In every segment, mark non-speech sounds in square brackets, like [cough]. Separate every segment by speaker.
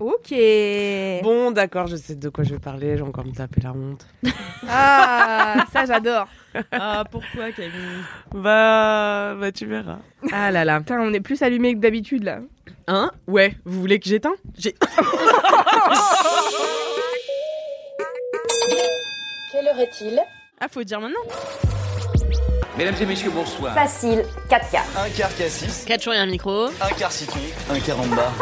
Speaker 1: Ok.
Speaker 2: Bon, d'accord, je sais de quoi je vais parler. J'ai encore me taper la honte.
Speaker 1: Ah, ça j'adore.
Speaker 3: Ah, pourquoi, Camille
Speaker 2: Bah, bah tu verras.
Speaker 3: Ah là là.
Speaker 1: Putain, on est plus allumé que d'habitude là.
Speaker 3: Hein Ouais, vous voulez que j'éteins J'ai.
Speaker 4: Quelle heure est-il
Speaker 3: Ah, faut dire maintenant
Speaker 5: Mesdames et messieurs, bonsoir.
Speaker 4: Facile, 4 quarts.
Speaker 5: Un quart cassis,
Speaker 6: 4 jours et un micro. Je
Speaker 5: un quart citron, un quart en bas.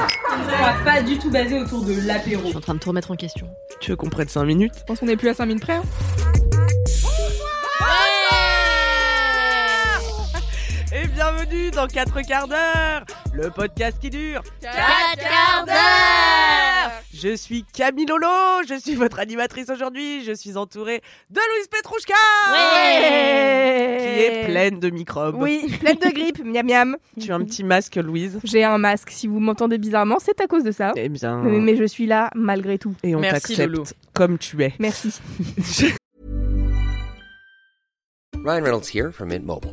Speaker 6: suis en train de tout remettre en question.
Speaker 2: Tu veux qu'on prenne 5 minutes
Speaker 1: Je pense qu'on est plus à 5 minutes près. hein.
Speaker 2: Et bienvenue dans 4 quarts d'heure, le podcast qui dure. Je suis Camille Lolo, je suis votre animatrice aujourd'hui. Je suis entourée de Louise Petrouchka qui est pleine de microbes.
Speaker 1: Oui, pleine de grippe, miam miam.
Speaker 2: Tu as un petit masque, Louise
Speaker 1: J'ai un masque. Si vous m'entendez bizarrement, c'est à cause de ça.
Speaker 2: Eh bien.
Speaker 7: ben.
Speaker 1: Mais, mais je suis là malgré tout.
Speaker 2: Et on
Speaker 3: Merci, Lolo.
Speaker 2: t'accepte comme tu es.
Speaker 1: Merci.
Speaker 8: Ryan Reynolds here from Mint Mobile.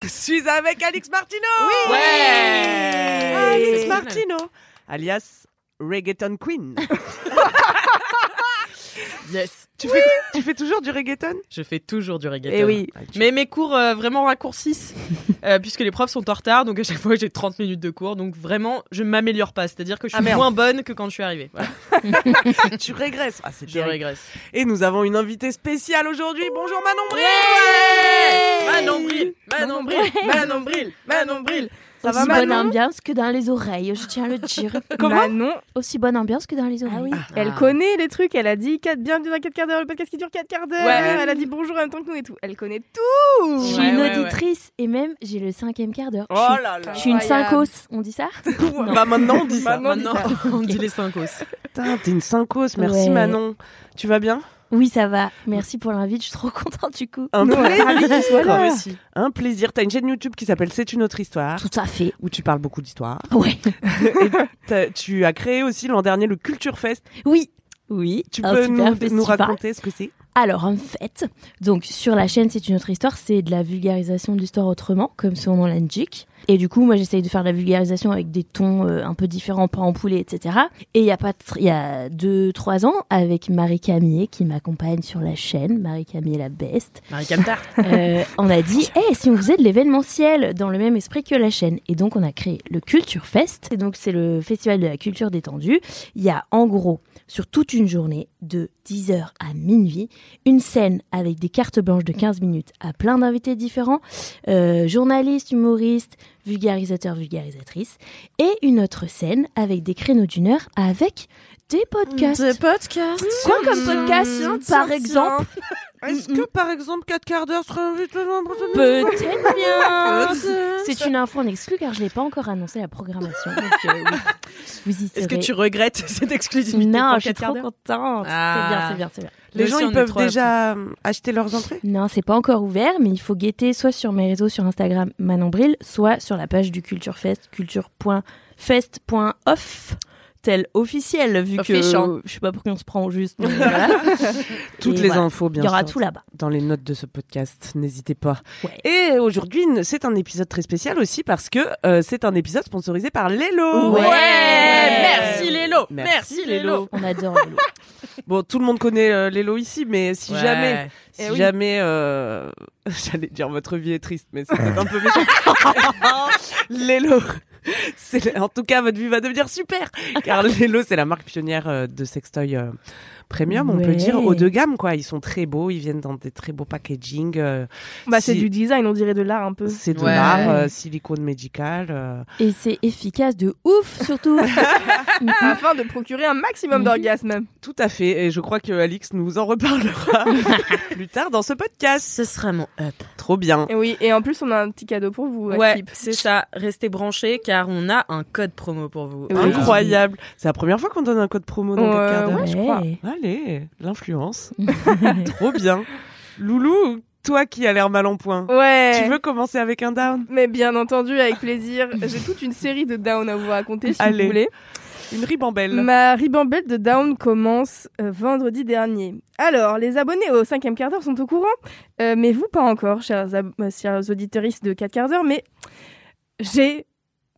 Speaker 2: Je suis avec Alix Martino
Speaker 1: Oui Ouais
Speaker 2: Alix Martino Alias Reggaeton [laughs] Queen.
Speaker 3: Yes.
Speaker 2: tu, fais, tu fais toujours du reggaeton
Speaker 3: Je fais toujours du reggaeton.
Speaker 1: Et Eh oui.
Speaker 2: Ah,
Speaker 3: Mais mes cours euh, vraiment raccourcissent, euh, puisque les profs sont en retard, donc à chaque fois j'ai 30 minutes de cours, donc vraiment je m'améliore pas, c'est-à-dire que je
Speaker 2: Ah,
Speaker 3: suis
Speaker 2: merde.
Speaker 3: moins bonne que quand je suis arrivée. Voilà,
Speaker 2: Tu régresses. Ah, c'est
Speaker 3: je
Speaker 2: terrible.
Speaker 3: régresse.
Speaker 2: Et nous avons une invitée spéciale aujourd'hui. Bonjour Manon Bril
Speaker 3: Manon Bril, Manon Bril, Manon Bril, Manon Bril.
Speaker 1: Ça va
Speaker 7: Aussi bonne
Speaker 1: Manon
Speaker 7: ambiance que dans les oreilles, je tiens à
Speaker 1: [laughs]
Speaker 7: le dire. Ah.
Speaker 1: Manon,
Speaker 7: Aussi bonne ambiance que dans les oreilles.
Speaker 1: elle connaît les trucs, elle a dit 4, bienvenue dans 4 quarts d'heure, le podcast qui dure 4 quarts d'heure,
Speaker 3: Ouais.
Speaker 1: elle a dit bonjour en même temps que nous et tout. Elle connaît tout
Speaker 7: Je suis
Speaker 3: Ouais,
Speaker 7: une
Speaker 3: ouais, ouais.
Speaker 7: auditrice et même j'ai le cinquième quart d'heure.
Speaker 2: Oh là là
Speaker 7: je suis une
Speaker 1: Incroyable.
Speaker 7: syncos, on dit ça Non.
Speaker 2: Bah maintenant on dit ça.
Speaker 1: Manon,
Speaker 3: Maintenant,
Speaker 1: dis
Speaker 3: [laughs] on dit les cinq os.
Speaker 2: Putain, t'es une syncos. Merci
Speaker 7: Ouais.
Speaker 2: Manon. Tu vas bien
Speaker 7: Oui, ça va. Merci pour l'invite, je suis trop contente du coup.
Speaker 2: Un plaisir.
Speaker 3: Moi aussi.
Speaker 2: Un plaisir. T'as une chaîne YouTube qui s'appelle C'est une autre histoire
Speaker 7: Tout à fait.
Speaker 2: où tu parles beaucoup d'histoire.
Speaker 7: Ouais.
Speaker 2: T'as- Tu as créé aussi l'an dernier le Culture Fest.
Speaker 7: Oui. Oui.
Speaker 2: Tu
Speaker 7: un
Speaker 2: peux
Speaker 7: super
Speaker 2: nous, nous
Speaker 7: festival.
Speaker 2: raconter ce que c'est
Speaker 7: Alors en fait, donc sur la chaîne C'est une autre histoire, c'est de la vulgarisation de l'histoire autrement, comme son nom l'indique. Et du coup, moi j'essaye de faire de la vulgarisation avec des tons euh, un peu différents, pas en poulet, etc. Et il y a pas, tr- il y a deux, trois ans, avec Marie Camier qui m'accompagne sur la chaîne, Marie Camier la best,
Speaker 3: Marie Camtard.
Speaker 7: euh, on a dit, Eh, si on faisait de l'événementiel dans le même esprit que la chaîne. Et donc, on a créé le Culture Fest. Et donc, c'est le festival de la culture détendue. Il y a, en gros, sur toute une journée, de 10h à minuit, une scène avec des cartes blanches de 15 minutes à plein d'invités différents, euh, journalistes, humoristes, vulgarisateurs, vulgarisatrices, et une autre scène avec des créneaux d'une heure avec des podcasts. Mmh.
Speaker 3: podcast.
Speaker 7: Quoi comme podcast, par exemple
Speaker 2: Est-ce que par exemple 4 quarts d'heure serait invité
Speaker 7: Peut-être
Speaker 2: Ah,
Speaker 7: bien C'est une info en exclu car je l'ai pas encore annoncé la programmation. donc,
Speaker 3: [laughs]
Speaker 7: euh, oui. Vous y serez.
Speaker 3: Est-ce que tu regrettes [laughs] cette exclusivité
Speaker 7: Non,
Speaker 3: pour
Speaker 7: je suis
Speaker 3: quatre quarts
Speaker 7: trop
Speaker 3: d'heure
Speaker 7: contente.
Speaker 3: Ah.
Speaker 7: C'est bien, c'est bien, c'est bien.
Speaker 2: Les
Speaker 3: Nous
Speaker 2: gens
Speaker 3: aussi, on
Speaker 2: ils
Speaker 3: est
Speaker 2: peuvent
Speaker 3: trois à la
Speaker 2: déjà euh, acheter leurs entrées
Speaker 7: Non, c'est pas encore ouvert, mais il faut guetter soit sur mes réseaux sur Instagram Manon Bril, soit sur la page du Culture Fest, culture.fest.off, tel officiel, vu que
Speaker 3: Official.
Speaker 7: je sais pas pourquoi on se prend
Speaker 3: [laughs]
Speaker 7: au juste. mais voilà.
Speaker 2: Toutes
Speaker 7: Et
Speaker 2: les
Speaker 7: voilà.
Speaker 2: infos bien
Speaker 7: Il y aura
Speaker 2: sûr.
Speaker 7: tout là-bas.
Speaker 2: dans les notes de ce podcast, n'hésitez pas.
Speaker 7: Ouais.
Speaker 2: Et aujourd'hui, n- c'est un épisode très spécial aussi parce que euh, c'est un épisode sponsorisé par Lelo.
Speaker 7: Ouais.
Speaker 3: Ouais, Merci Lélo
Speaker 2: Merci,
Speaker 3: Merci Lélo
Speaker 7: On adore le lot.
Speaker 2: Bon, tout le monde connaît euh, Lelo ici, mais si
Speaker 3: Ouais.
Speaker 2: jamais, si
Speaker 1: Eh oui.
Speaker 2: jamais, euh, [laughs] j'allais dire votre vie est triste, mais c'est peut-être un peu méchant. [laughs] Lelo. C'est, en tout cas, votre vie va devenir super, car Lelo, c'est la marque pionnière euh, de sextoy euh, premium, on peut
Speaker 7: Ouais.
Speaker 2: dire, haut de gamme, quoi. Ils sont très beaux, ils viennent dans des très beaux packaging. euh,
Speaker 1: Bah, c'est
Speaker 2: si-
Speaker 1: du design, on dirait de l'art un peu.
Speaker 2: C'est de
Speaker 3: Ouais.
Speaker 2: l'art, euh, silicone médical. euh.
Speaker 7: Et c'est efficace de ouf,
Speaker 3: [laughs]
Speaker 7: surtout.
Speaker 1: [laughs] Afin de procurer un maximum
Speaker 7: Mhm.
Speaker 1: d'orgasme.
Speaker 2: Tout à fait. Et je crois que Alix nous en reparlera plus tard dans ce podcast.
Speaker 3: Ce sera mon up.
Speaker 2: Trop bien.
Speaker 1: Et oui, et en plus, on a un petit cadeau pour vous.
Speaker 3: Ouais,
Speaker 1: Askip.
Speaker 3: c'est ça. Restez branchés car car on a un code promo pour vous.
Speaker 2: Oui.
Speaker 3: Incroyable.
Speaker 2: C'est la première fois qu'on donne un code promo dans
Speaker 1: Ouais,
Speaker 2: quatre quarts d'heure.
Speaker 7: ouais, je crois. [laughs]
Speaker 2: Allez, l'influence. Trop bien. Loulou, toi qui as l'air mal en point,
Speaker 1: Ouais.
Speaker 2: tu veux commencer avec un down
Speaker 1: Mais bien entendu, avec plaisir. J'ai toute une série de down à vous raconter si
Speaker 2: Allez.
Speaker 1: vous voulez.
Speaker 2: Une ribambelle.
Speaker 1: Ma ribambelle de Down commence euh, vendredi dernier. Alors, les abonnés au cinquième quart d'heure sont au courant, euh, mais vous pas encore, chers, ab- euh, chers auditeuristes de 4 quarts d'heure, mais j'ai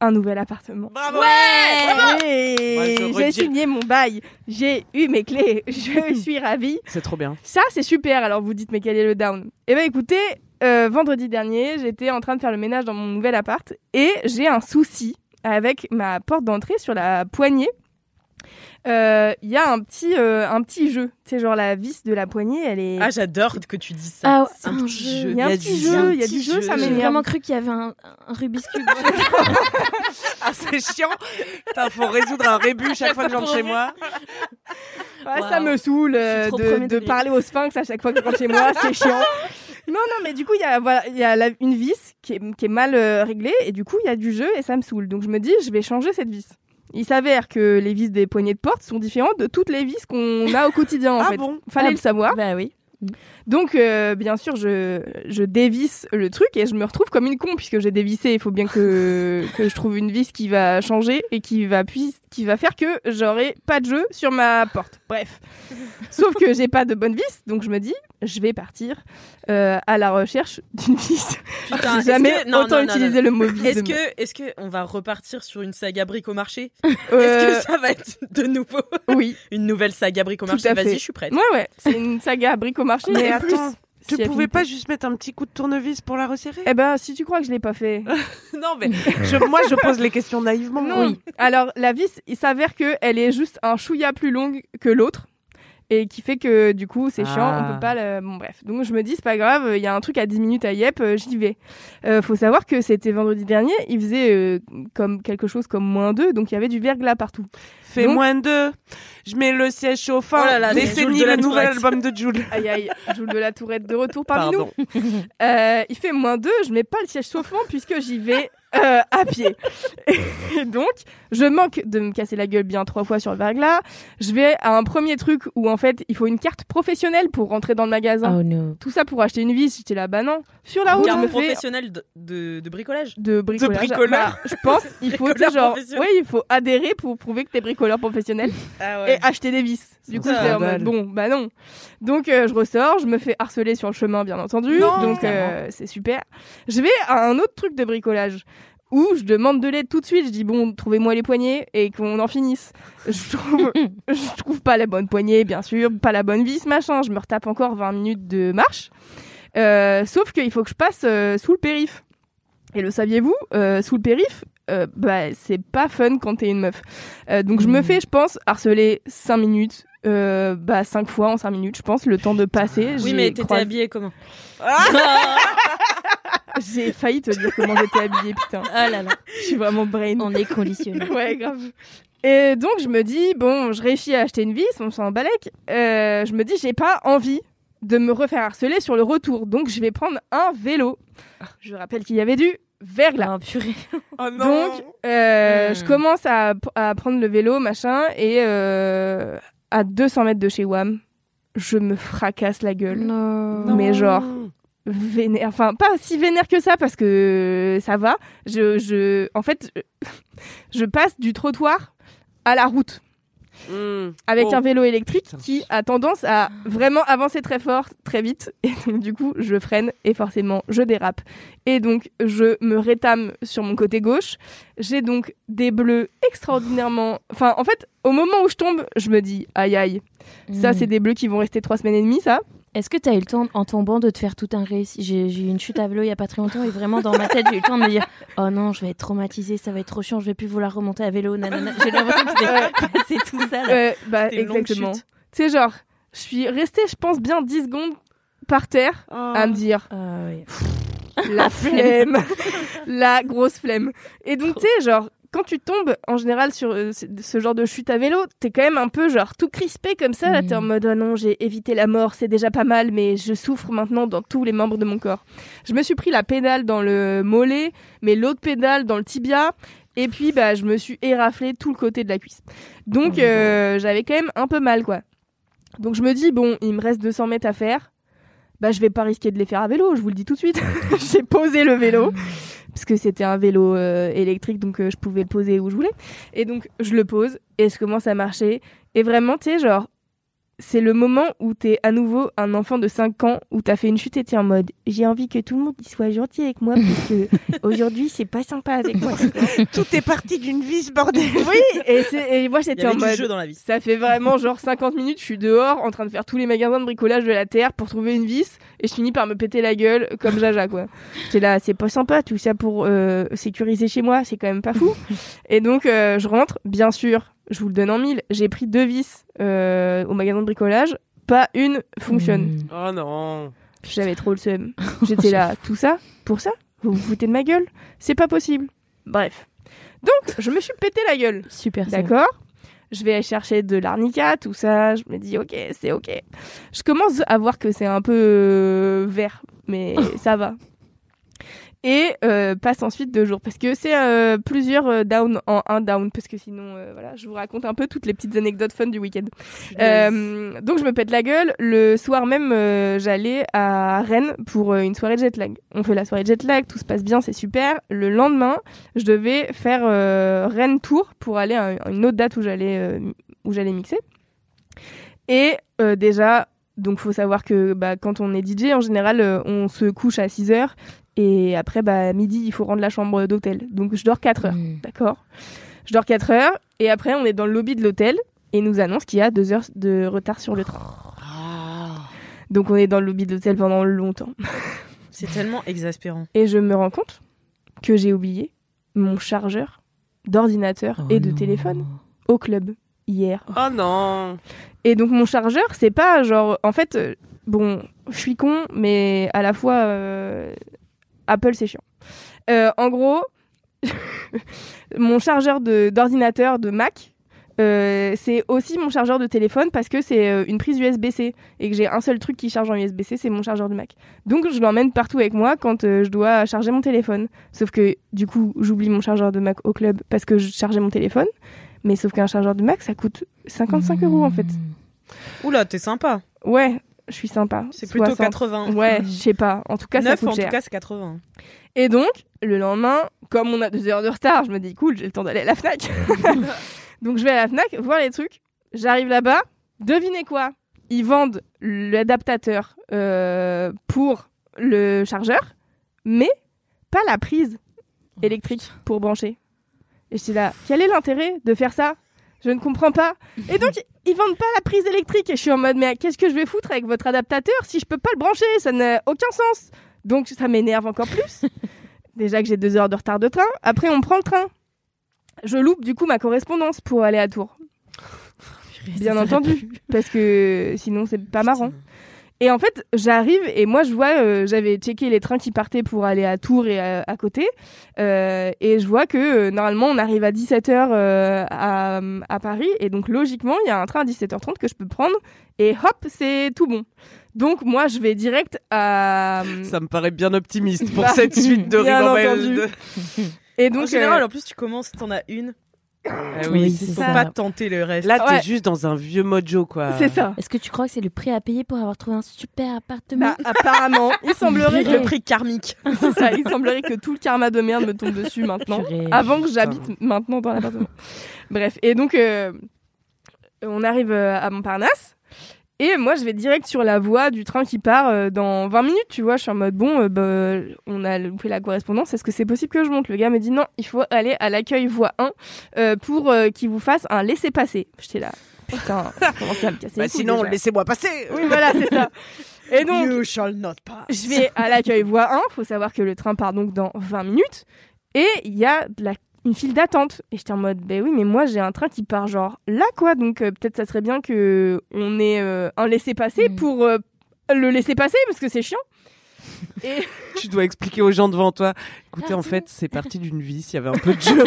Speaker 1: un nouvel appartement.
Speaker 2: Bravo
Speaker 1: Ouais.
Speaker 2: Ouais, je
Speaker 1: Eh j'ai
Speaker 2: redis.
Speaker 1: signé mon bail, j'ai eu mes clés, [laughs] je suis ravie.
Speaker 2: C'est trop bien.
Speaker 1: Ça, c'est super. Alors, vous dites, mais quel est le down Eh bien, écoutez, euh, vendredi dernier, j'étais en train de faire le ménage dans mon nouvel appart et j'ai un souci avec ma porte d'entrée sur la poignée. Euh, Il y a un petit, euh, un petit jeu. Tu sais, genre la vis de la poignée, elle est.
Speaker 3: Ah, j'adore que tu dis ça.
Speaker 7: Ah ouais,
Speaker 3: C'est un
Speaker 7: un
Speaker 3: petit
Speaker 7: jeu.
Speaker 3: jeu.
Speaker 1: il y a un petit jeu, il y a du jeu, ça
Speaker 7: J'ai
Speaker 1: m'énerve.
Speaker 7: vraiment cru qu'il y avait un, un Rubik's [laughs] Cube.
Speaker 2: Ah, c'est chiant. Putain, faut résoudre un rébut chaque fois que j'entre chez moi.
Speaker 1: Ouais,
Speaker 7: Wow.
Speaker 1: Ça me saoule euh,
Speaker 7: Je suis trop
Speaker 1: de,
Speaker 7: premier
Speaker 1: de
Speaker 7: degré.
Speaker 1: parler au sphinx à chaque fois que je rentre chez moi, c'est
Speaker 7: [laughs]
Speaker 1: chiant. Non, non, mais du coup, il y a, voilà, il y a la- une vis qui est, qui est mal euh, réglée et du coup, il y a du jeu et ça me saoule. Donc, je me dis, je vais changer cette vis. Il s'avère que les vis des poignées de porte sont différentes de toutes les vis qu'on a au quotidien, en
Speaker 2: ah
Speaker 1: fait.
Speaker 2: bon
Speaker 1: Fallait
Speaker 7: Ah.
Speaker 1: le savoir.
Speaker 7: bah oui.
Speaker 1: Donc, euh, bien sûr, je, je dévisse le truc et je me retrouve comme une con puisque j'ai dévissé. Il faut bien que, que je trouve une vis qui va changer et qui va, puis, qui va faire que j'aurai pas de jeu sur ma porte. Bref. Sauf que j'ai pas de bonne vis, donc je me dis, je vais partir euh, à la recherche d'une vis.
Speaker 3: Putain,
Speaker 1: J'ai
Speaker 3: Ah, est-ce
Speaker 1: jamais
Speaker 3: que- non,
Speaker 1: autant
Speaker 3: non, non,
Speaker 1: utilisé
Speaker 3: non.
Speaker 1: le mot vis.
Speaker 3: Est-ce
Speaker 1: de ma-
Speaker 3: que, est-ce que on va repartir sur une saga bric au marché
Speaker 1: Euh,
Speaker 3: Est-ce que ça va être de nouveau
Speaker 1: Oui.
Speaker 3: une nouvelle saga bric au
Speaker 1: Tout
Speaker 3: marché
Speaker 1: à
Speaker 3: Vas-y,
Speaker 1: fait.
Speaker 3: je suis prête. [laughs]
Speaker 1: Ouais, ouais. C'est une saga bricomarché.
Speaker 2: Mais
Speaker 1: et
Speaker 2: attends,
Speaker 1: plus,
Speaker 2: Tu
Speaker 1: si
Speaker 2: pouvais
Speaker 1: affinité.
Speaker 2: pas juste mettre un petit coup de tournevis pour la resserrer
Speaker 1: Eh ben, si tu crois que je l'ai pas fait.
Speaker 2: Non, mais je- moi, je pose les questions naïvement.
Speaker 1: Non. Alors la vis, il s'avère que elle est juste un chouïa plus longue que l'autre. Et qui fait que du coup c'est chiant,
Speaker 2: Ah.
Speaker 1: on peut pas le... Bon bref, donc je me dis c'est pas grave, il y a un truc à 10 minutes à Yep, euh, j'y vais. Euh, faut savoir que c'était vendredi dernier, il faisait euh, comme quelque chose comme moins 2, donc il y avait du verglas partout.
Speaker 2: Fais
Speaker 1: Donc-
Speaker 2: moins deux. Je mets le siège chauffant.
Speaker 3: Oh là là, c'est Jules
Speaker 2: Décennie,
Speaker 3: de la
Speaker 2: le nouvel
Speaker 3: Tourette.
Speaker 2: album de Jules.
Speaker 1: Aïe aïe, Jules de la Tourette de retour parmi nous.
Speaker 2: Pardon.
Speaker 1: Euh, il fait moins 2, je mets pas le siège chauffant puisque j'y vais euh, à pied. [laughs] Et donc, je manque de me casser la gueule bien trois fois sur le verglas. Je vais à un premier truc où en fait, il faut une carte professionnelle pour rentrer dans le magasin.
Speaker 7: Oh no.
Speaker 1: Tout ça pour acheter une vis, j'étais là, bah non. Sur la route, je
Speaker 3: Car
Speaker 1: me fais
Speaker 3: professionnel de, de- de bricolage.
Speaker 1: de bricolage.
Speaker 2: bricoleur.
Speaker 1: Bah, je pense, il faut, tu sais,
Speaker 3: Bricoleur
Speaker 1: genre,
Speaker 3: professionnel.
Speaker 1: oui, il faut adhérer pour prouver que t'es bricoleur professionnel
Speaker 3: Ah
Speaker 1: et acheter des vis. Du coup,
Speaker 2: un
Speaker 1: j'étais en mode
Speaker 2: scandale.
Speaker 1: bon, bah non. Donc, euh, je ressors, je me fais harceler sur le chemin, bien entendu. donc, euh, c'est super. Je vais à un autre truc de bricolage où je demande de l'aide tout de suite. Je dis bon, trouvez-moi les poignées et qu'on en finisse. Je trouve, je trouve pas la bonne poignée, bien sûr, pas la bonne vis, machin. Je me retape encore 20 minutes de marche. Euh, sauf qu'il faut que je passe euh, sous le périph. Et le saviez-vous, euh, sous le périph, euh, bah, c'est pas fun quand t'es une meuf. Euh, donc je me
Speaker 3: Hmm.
Speaker 7: Mm.
Speaker 1: fais, je pense, harceler 5 minutes. Euh, bah 5 fois en 5 minutes je pense le temps de passer
Speaker 3: Oui,
Speaker 1: J'ai
Speaker 3: mais t'étais
Speaker 1: croisé-
Speaker 3: habillée comment
Speaker 1: [laughs] j'ai failli te dire comment j'étais habillée putain
Speaker 7: Ah là là.
Speaker 1: je suis vraiment brain
Speaker 7: On est conditionnés.
Speaker 1: [laughs] ouais grave et donc je me dis bon je réussis à acheter une vis on s'en balèque Euh, je me dis j'ai pas envie de me refaire harceler sur le retour donc je vais prendre un vélo je rappelle qu'il y avait du verglas
Speaker 7: Ah, purée.
Speaker 2: Oh
Speaker 1: Donc, euh,
Speaker 3: Hmm.
Speaker 1: je commence à, à prendre le vélo, machin, et euh, à 200 mètres de chez WAM, je me fracasse la gueule.
Speaker 7: Oh Non.
Speaker 1: mais genre- Vénère, enfin, pas si vénère que ça, parce que ça va. Je, je, en fait, je, je passe du trottoir à la route
Speaker 2: Mm.
Speaker 1: avec
Speaker 2: Oh.
Speaker 1: un vélo électrique
Speaker 2: Putain.
Speaker 1: qui a tendance à vraiment avancer très fort, très vite. [laughs] Et donc, du coup, je freine et forcément, je dérape. Et donc, je me rétame sur mon côté gauche. J'ai donc des bleus extraordinairement. Enfin, en fait, au moment où je tombe, je me dis aïe aïe, ça,
Speaker 7: Mm.
Speaker 1: c'est des bleus qui vont rester trois semaines et demie, ça.
Speaker 7: Est-ce que t'as eu le temps, en tombant, de te faire tout un récit J'ai j'ai eu une chute à vélo il y a pas très longtemps et vraiment dans ma tête, j'ai eu le temps de me dire Oh non, je vais être traumatisée, ça va être trop chiant, je vais plus vouloir remonter à vélo. nanana. J'ai l'impression que c'était passé tout ça là.
Speaker 3: [laughs]
Speaker 1: Euh, bah,
Speaker 3: C'était une longue
Speaker 1: exactement. Tu
Speaker 3: chute.
Speaker 1: sais, genre, je suis restée, je pense, bien 10 secondes par terre à
Speaker 3: Oh.
Speaker 2: Oh.
Speaker 1: me dire
Speaker 3: [laughs]
Speaker 7: [laughs] Ah [laughs] oui.
Speaker 1: la flemme, [laughs] la grosse flemme. Et donc, tu sais, genre, quand tu tombes, en général, sur euh, ce- ce genre de chute à vélo, t'es quand même un peu, genre, tout crispé comme ça. Là, t'es en
Speaker 7: Mm.
Speaker 1: mode, oh non, j'ai évité la mort, c'est déjà pas mal, mais je souffre maintenant dans tous les membres de mon corps. Je me suis pris la pédale dans le mollet, mais l'autre pédale dans le tibia. Et puis, bah, je me suis éraflé tout le côté de la cuisse. Donc,
Speaker 9: Mmh.
Speaker 1: euh, j'avais quand même un peu mal, quoi. Donc, je me dis, bon, il me reste 200 mètres à faire. Bah, je vais pas risquer de les faire à vélo, je vous le dis tout de suite. [laughs] J'ai posé le vélo.
Speaker 9: Mmh.
Speaker 1: Parce que c'était un vélo euh, électrique, donc euh, je pouvais le poser où je voulais. Et donc, je le pose et je commence à marcher. Et vraiment, tu sais, genre, c'est le moment où t'es à nouveau un enfant de 5 ans, où t'as fait une chute et t'es en mode j'ai envie que tout le monde soit gentil avec moi,
Speaker 9: [laughs]
Speaker 1: parce que aujourd'hui c'est pas sympa avec moi.
Speaker 9: Tout est parti d'une vie, ce bordel.
Speaker 1: oui, et, c'est- et moi j'étais
Speaker 9: Il y avait
Speaker 1: en
Speaker 9: du
Speaker 1: mode.
Speaker 9: jeu dans la vie.
Speaker 1: Ça fait vraiment genre 50 minutes, je suis dehors en train de faire tous les magasins de bricolage de la terre pour trouver une vis, et je finis par me péter la gueule comme Jaja quoi. J'étais là, c'est pas sympa tout ça pour euh, sécuriser chez moi, c'est quand même pas fou. Et donc euh, je rentre, bien sûr, je vous le donne en mille, j'ai pris deux vis euh, au magasin de bricolage, pas une fonctionne.
Speaker 7: Mmh. Mm.
Speaker 2: Oh non.
Speaker 1: J'avais trop le seum. J'étais là, tout ça Pour ça Vous vous foutez de ma gueule C'est pas possible. Bref. Donc, je me suis pété la gueule.
Speaker 7: Super.
Speaker 1: D'accord Je vais chercher de l'arnica, tout ça. Je me dis, ok, c'est ok. Je commence à voir que c'est un peu euh, vert, mais ça va. Et euh, passe ensuite deux jours, parce que c'est euh, plusieurs euh, down en un down, parce que sinon, euh, voilà, je vous raconte un peu toutes les petites anecdotes fun du week-end. Euh, donc je me pète la gueule. Le soir même, euh, j'allais à Rennes pour euh, une soirée jet lag. On fait la soirée jet lag, tout se passe bien, c'est super. Le lendemain, je devais faire euh, Rennes Tour pour aller à à une autre date où j'allais euh, où j'allais mixer. Et euh, déjà, donc faut savoir que bah, quand on est DJ, en général, euh, on se couche à 6 heures et après, bah, à midi, il faut rendre la chambre d'hôtel. Donc je dors 4 heures,
Speaker 7: Mm.
Speaker 1: d'accord Je dors 4 heures et après, on est dans le lobby de l'hôtel et nous annonce qu'il y a 2 heures de retard sur le train. Donc on est dans le lobby de l'hôtel pendant longtemps.
Speaker 3: C'est tellement exaspérant.
Speaker 1: Et je me rends compte que j'ai oublié mon chargeur d'ordinateur et de téléphone au club hier.
Speaker 2: Oh non.
Speaker 1: Et donc mon chargeur, c'est pas genre, en fait, euh, bon, je suis con, mais à la fois, euh, Apple c'est chiant. Euh, en gros, [laughs] mon chargeur de- d'ordinateur de, Mac. euh, c'est aussi mon chargeur de téléphone parce que c'est euh, une prise USB-C et que j'ai un seul truc qui charge en USB-C, c'est mon chargeur de Mac. Donc je l'emmène partout avec moi quand euh, je dois charger mon téléphone. Sauf que du coup, j'oublie mon chargeur de Mac au club parce que je chargeais mon téléphone. Mais sauf qu'un chargeur de Mac, ça coûte
Speaker 7: Mmh.
Speaker 1: 55 euros en fait.
Speaker 7: Mm.
Speaker 3: Oula, t'es sympa.
Speaker 1: Ouais, je suis sympa.
Speaker 3: C'est plutôt
Speaker 1: 60.
Speaker 3: 80. [laughs]
Speaker 1: Ouais, je sais pas. En tout cas, ça
Speaker 3: Neuf,
Speaker 1: coûte
Speaker 3: en tout
Speaker 1: cher.
Speaker 3: cas, c'est 80.
Speaker 1: Et donc, le lendemain, comme on a deux heures de retard, je me dis cool, j'ai le temps d'aller à la Fnac. [laughs] donc je vais à la Fnac voir les trucs. J'arrive là-bas, devinez quoi Ils vendent l'adaptateur euh, pour le chargeur, mais pas la prise électrique pour brancher. Et je suis là, quel est l'intérêt de faire ça Je ne comprends pas. Et donc, ils vendent pas la prise électrique. Et je suis en mode, mais qu'est-ce que je vais foutre avec votre adaptateur si je peux pas le brancher Ça n'a aucun sens. Donc, ça m'énerve encore plus. Déjà que j'ai deux heures de retard de train. Après, on prend le train. Je loupe du coup ma correspondance pour aller à Tours. Bien entendu, parce que sinon c'est pas marrant. Et en fait, j'arrive et moi je vois, euh, j'avais checké les trains qui partaient pour aller à Tours et à, à côté, euh, et je vois que euh, normalement on arrive à 17h à, à Paris, et donc logiquement il y a un train à 17h30 que je peux prendre, et hop, c'est tout bon. Donc moi je vais direct à...
Speaker 2: Ça me paraît bien optimiste pour
Speaker 1: Bah,
Speaker 2: cette suite
Speaker 1: [laughs]
Speaker 2: de Euh,
Speaker 1: bien
Speaker 2: ribambelle.
Speaker 1: entendu. Et donc,
Speaker 3: en général,
Speaker 1: euh,
Speaker 3: en plus, tu commences, t'en as une.
Speaker 2: Ah oui, Oui, c'est
Speaker 3: faut
Speaker 2: ça.
Speaker 3: pas tenter le reste.
Speaker 2: Là, t'es juste dans un vieux mojo, quoi.
Speaker 7: Est-ce que tu crois que c'est le prix à payer pour avoir trouvé un super
Speaker 9: Bah,
Speaker 7: appartement
Speaker 1: apparemment, Bah, [laughs] il semblerait que
Speaker 7: Purée.
Speaker 3: karmique.
Speaker 1: C'est ça, il semblerait que tout le karma de merde me tombe dessus maintenant,
Speaker 7: Purée,
Speaker 1: avant que j'habite maintenant dans l'appartement. Bref, et donc euh, on arrive euh, à Montparnasse. Et moi, je vais direct sur la voie du train qui part euh, dans 20 minutes, tu vois. Je suis en mode, bon, euh, bah, on a loupé la correspondance, est-ce que c'est possible que je monte Le gars me dit, non, il faut aller à l'accueil voie 1 euh, pour euh, qu'il vous fasse un laissez-passer. J'étais là, putain, [laughs] comment ça me casser les
Speaker 9: Bah,
Speaker 1: couilles,
Speaker 9: sinon,
Speaker 1: déjà.
Speaker 9: laissez-moi passer.
Speaker 1: Oui, voilà, c'est ça.
Speaker 9: [laughs]
Speaker 1: Et donc,
Speaker 3: You shall not pass.
Speaker 1: je vais à l'accueil voie 1. Faut savoir que le train part donc dans 20 minutes. Et il y a de la- une file d'attente. Et j'étais en mode, ben oui, mais moi j'ai un train qui part genre là quoi. Donc euh, peut-être ça serait bien que on ait euh, un laissez-passer pour euh, le laisser passer parce que c'est chiant. [laughs] Et
Speaker 2: Tu dois expliquer aux gens devant toi. Écoutez, en fait, c'est parti d'une vie, il y avait un peu
Speaker 1: [laughs]
Speaker 2: de jeu.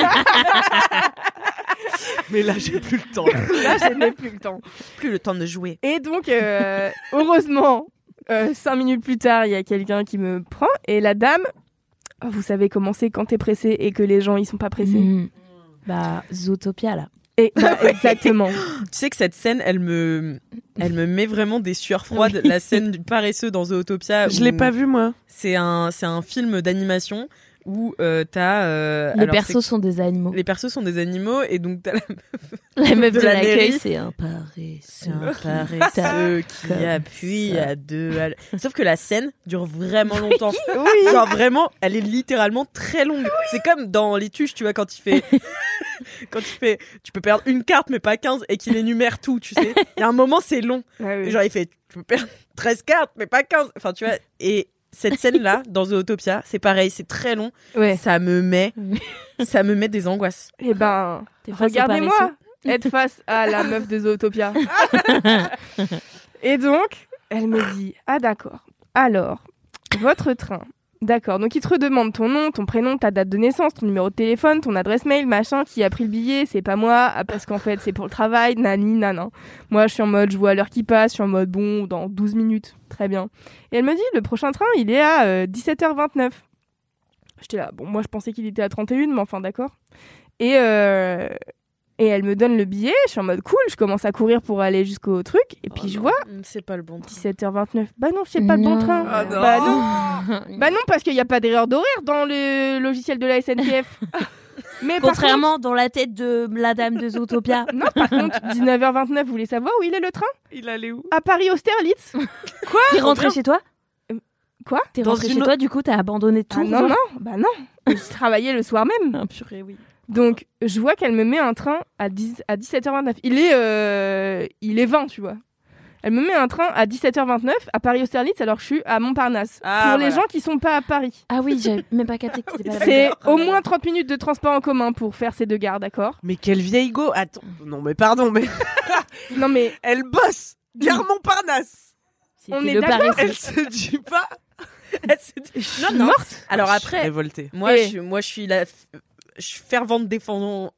Speaker 2: Mais là, j'ai plus le temps.
Speaker 1: là, je n'ai plus le temps.
Speaker 3: Plus le temps de jouer.
Speaker 1: Et donc, euh, heureusement, euh, cinq minutes plus tard, il y a quelqu'un qui me prend et la dame vous savez comment c'est quand t'es pressé et que les gens ils sont pas pressés.
Speaker 7: Mhm. Bah, Zootopia là.
Speaker 1: Et bah, exactement.
Speaker 3: Tu sais que cette scène, elle me, elle me met vraiment des sueurs froides.
Speaker 2: [laughs]
Speaker 3: La scène du paresseux dans Zootopia.
Speaker 2: Je l'ai
Speaker 3: où
Speaker 2: pas vu, moi.
Speaker 3: C'est un, c'est un film d'animation où euh, t'as. euh,
Speaker 7: Les
Speaker 3: alors,
Speaker 7: persos
Speaker 3: c'est-
Speaker 7: sont des animaux.
Speaker 3: Les persos sont des animaux et donc t'as la
Speaker 7: [laughs] La meuf de,
Speaker 3: la
Speaker 7: l'accueil,
Speaker 3: mairie.
Speaker 7: c'est un paresseux.
Speaker 3: paresseux [laughs] qui appuie à deux. à l- Sauf que la scène dure vraiment longtemps.
Speaker 2: [laughs]
Speaker 9: Oui.
Speaker 3: Genre vraiment, elle est littéralement très longue. C'est comme dans les tuches, tu vois, quand il
Speaker 7: [laughs]
Speaker 3: fait. [laughs] quand il fait. Tu peux perdre une carte, mais pas 15, et qu'il énumère tout, tu sais. Il y a un moment, c'est long.
Speaker 1: [laughs] Ouais, ouais.
Speaker 3: Genre, il fait. Tu peux [laughs] perdre 13 cartes, mais pas 15. Enfin, tu vois. Et cette [laughs] scène-là, dans Zootopia, c'est pareil, c'est très long.
Speaker 1: Ouais.
Speaker 3: Ça me met. [laughs] ça me met des [laughs] angoisses.
Speaker 1: Eh ben,
Speaker 7: T'es face au
Speaker 1: regardez-moi
Speaker 7: paresseux.
Speaker 1: être face à
Speaker 7: [laughs]
Speaker 1: la meuf de Zootopia. Et donc, elle me dit Ah, d'accord. Alors, votre train. D'accord. Donc, il te redemande ton nom, ton prénom, ta date de naissance, ton numéro de téléphone, ton adresse mail, machin, qui a pris le billet, c'est pas moi, ah, parce qu'en fait, c'est pour le travail, nani, nanan. Moi, je suis en mode, je vois l'heure qui passe, je suis en mode, bon, dans 12 minutes, très bien. Et elle me dit Le prochain train, il est à euh, 17h29. J'étais là, bon, moi, je pensais qu'il était à 31, mais enfin, d'accord. Et, euh, et elle me donne le billet, je suis en mode cool, je commence à courir pour aller jusqu'au truc, et puis je vois
Speaker 3: Mm, C'est pas le bon.
Speaker 1: 17h29. Bah non, c'est pas le bon
Speaker 7: Non.
Speaker 1: train.
Speaker 3: Ah non.
Speaker 1: Bah non. Bah non, parce qu'il n'y a pas d'erreur d'horaire dans le logiciel de la SNCF. Mais par
Speaker 7: Contrairement dans la tête de la dame de Zootopia.
Speaker 1: contre- [laughs] non, par contre, 19h29, vous voulez savoir où il est le train
Speaker 2: Il allait où
Speaker 1: À Paris-Austerlitz
Speaker 7: T'es rentré chez toi
Speaker 1: Euh, Quoi
Speaker 7: T'es
Speaker 3: Dans
Speaker 7: rentré
Speaker 3: une
Speaker 7: chez
Speaker 3: au-
Speaker 7: toi, du coup, t'as abandonné tout
Speaker 1: Ah non, non, bah non. Je travaillais le soir même.
Speaker 7: [laughs] Ah, purée, oui.
Speaker 1: Donc, je vois qu'elle me met un train à, 10 à 17h29. Il est, euh, il est 20, tu vois. Elle me met un train à 17h29 à Paris-Austerlitz alors que je suis à Montparnasse.
Speaker 3: Ah,
Speaker 1: Pour les
Speaker 3: voilà.
Speaker 1: gens qui sont pas à Paris.
Speaker 7: Ah oui, j'avais même pas capté que t'étais pas là.
Speaker 1: C'est au moins 30 minutes de transport en commun pour faire ces deux gares, d'accord
Speaker 2: Mais quelle vieille go Attends, non mais pardon, mais
Speaker 1: Non mais
Speaker 2: elle bosse Gare Montparnasse
Speaker 7: C'était
Speaker 1: on est
Speaker 7: le
Speaker 1: d'accord.
Speaker 7: paresseux.
Speaker 2: [laughs] Elle se dit pas
Speaker 3: [laughs] Non, non.
Speaker 1: [laughs]
Speaker 3: Alors
Speaker 1: Ah,
Speaker 2: Je suis
Speaker 3: après,
Speaker 2: Révoltée.
Speaker 3: Moi,
Speaker 1: Et-
Speaker 3: je, suis- moi, je suis la f- je suis fervente défendant.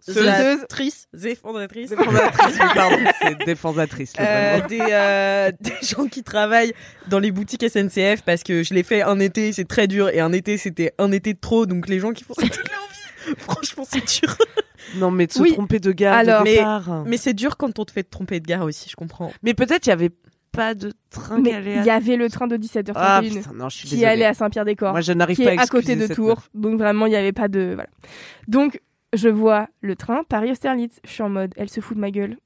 Speaker 1: Ceuseuse.
Speaker 3: Défendatrice, [laughs] défendatrice
Speaker 2: Défensatrice, oui, pardon, [laughs] c'est défensatrice. là,
Speaker 3: euh,
Speaker 2: vraiment.
Speaker 3: des, euh, [laughs] des gens qui travaillent dans les boutiques SNCF parce que je l'ai fait un été, c'est très dur, et un été c'était un été de trop, donc les gens qui font [laughs] ça toute leur vie, [laughs] franchement c'est dur.
Speaker 2: Non mais de se
Speaker 1: Oui.
Speaker 2: tromper de gare
Speaker 1: Alors-
Speaker 2: de
Speaker 3: Mais-
Speaker 2: départ. Mais,
Speaker 3: Mais c'est dur quand on te fait te tromper de gare aussi, je comprends.
Speaker 2: peut-être il y avait pas de train qui
Speaker 1: Mais
Speaker 2: allait
Speaker 1: il
Speaker 2: à...
Speaker 1: y avait le train de 17h31
Speaker 2: Ah putain, non, je suis
Speaker 1: qui
Speaker 2: désolée.
Speaker 1: allait à Saint-Pierre-des-Corps,
Speaker 2: Moi je n'arrive
Speaker 1: qui
Speaker 2: pas
Speaker 1: est à
Speaker 2: excuser
Speaker 1: côté de
Speaker 2: cette
Speaker 1: Tours. Donc vraiment, il n'y avait pas de... Voilà. Donc, je vois le train Paris-Austerlitz. Je suis en mode, elle se fout de ma
Speaker 2: [laughs]
Speaker 1: gueule.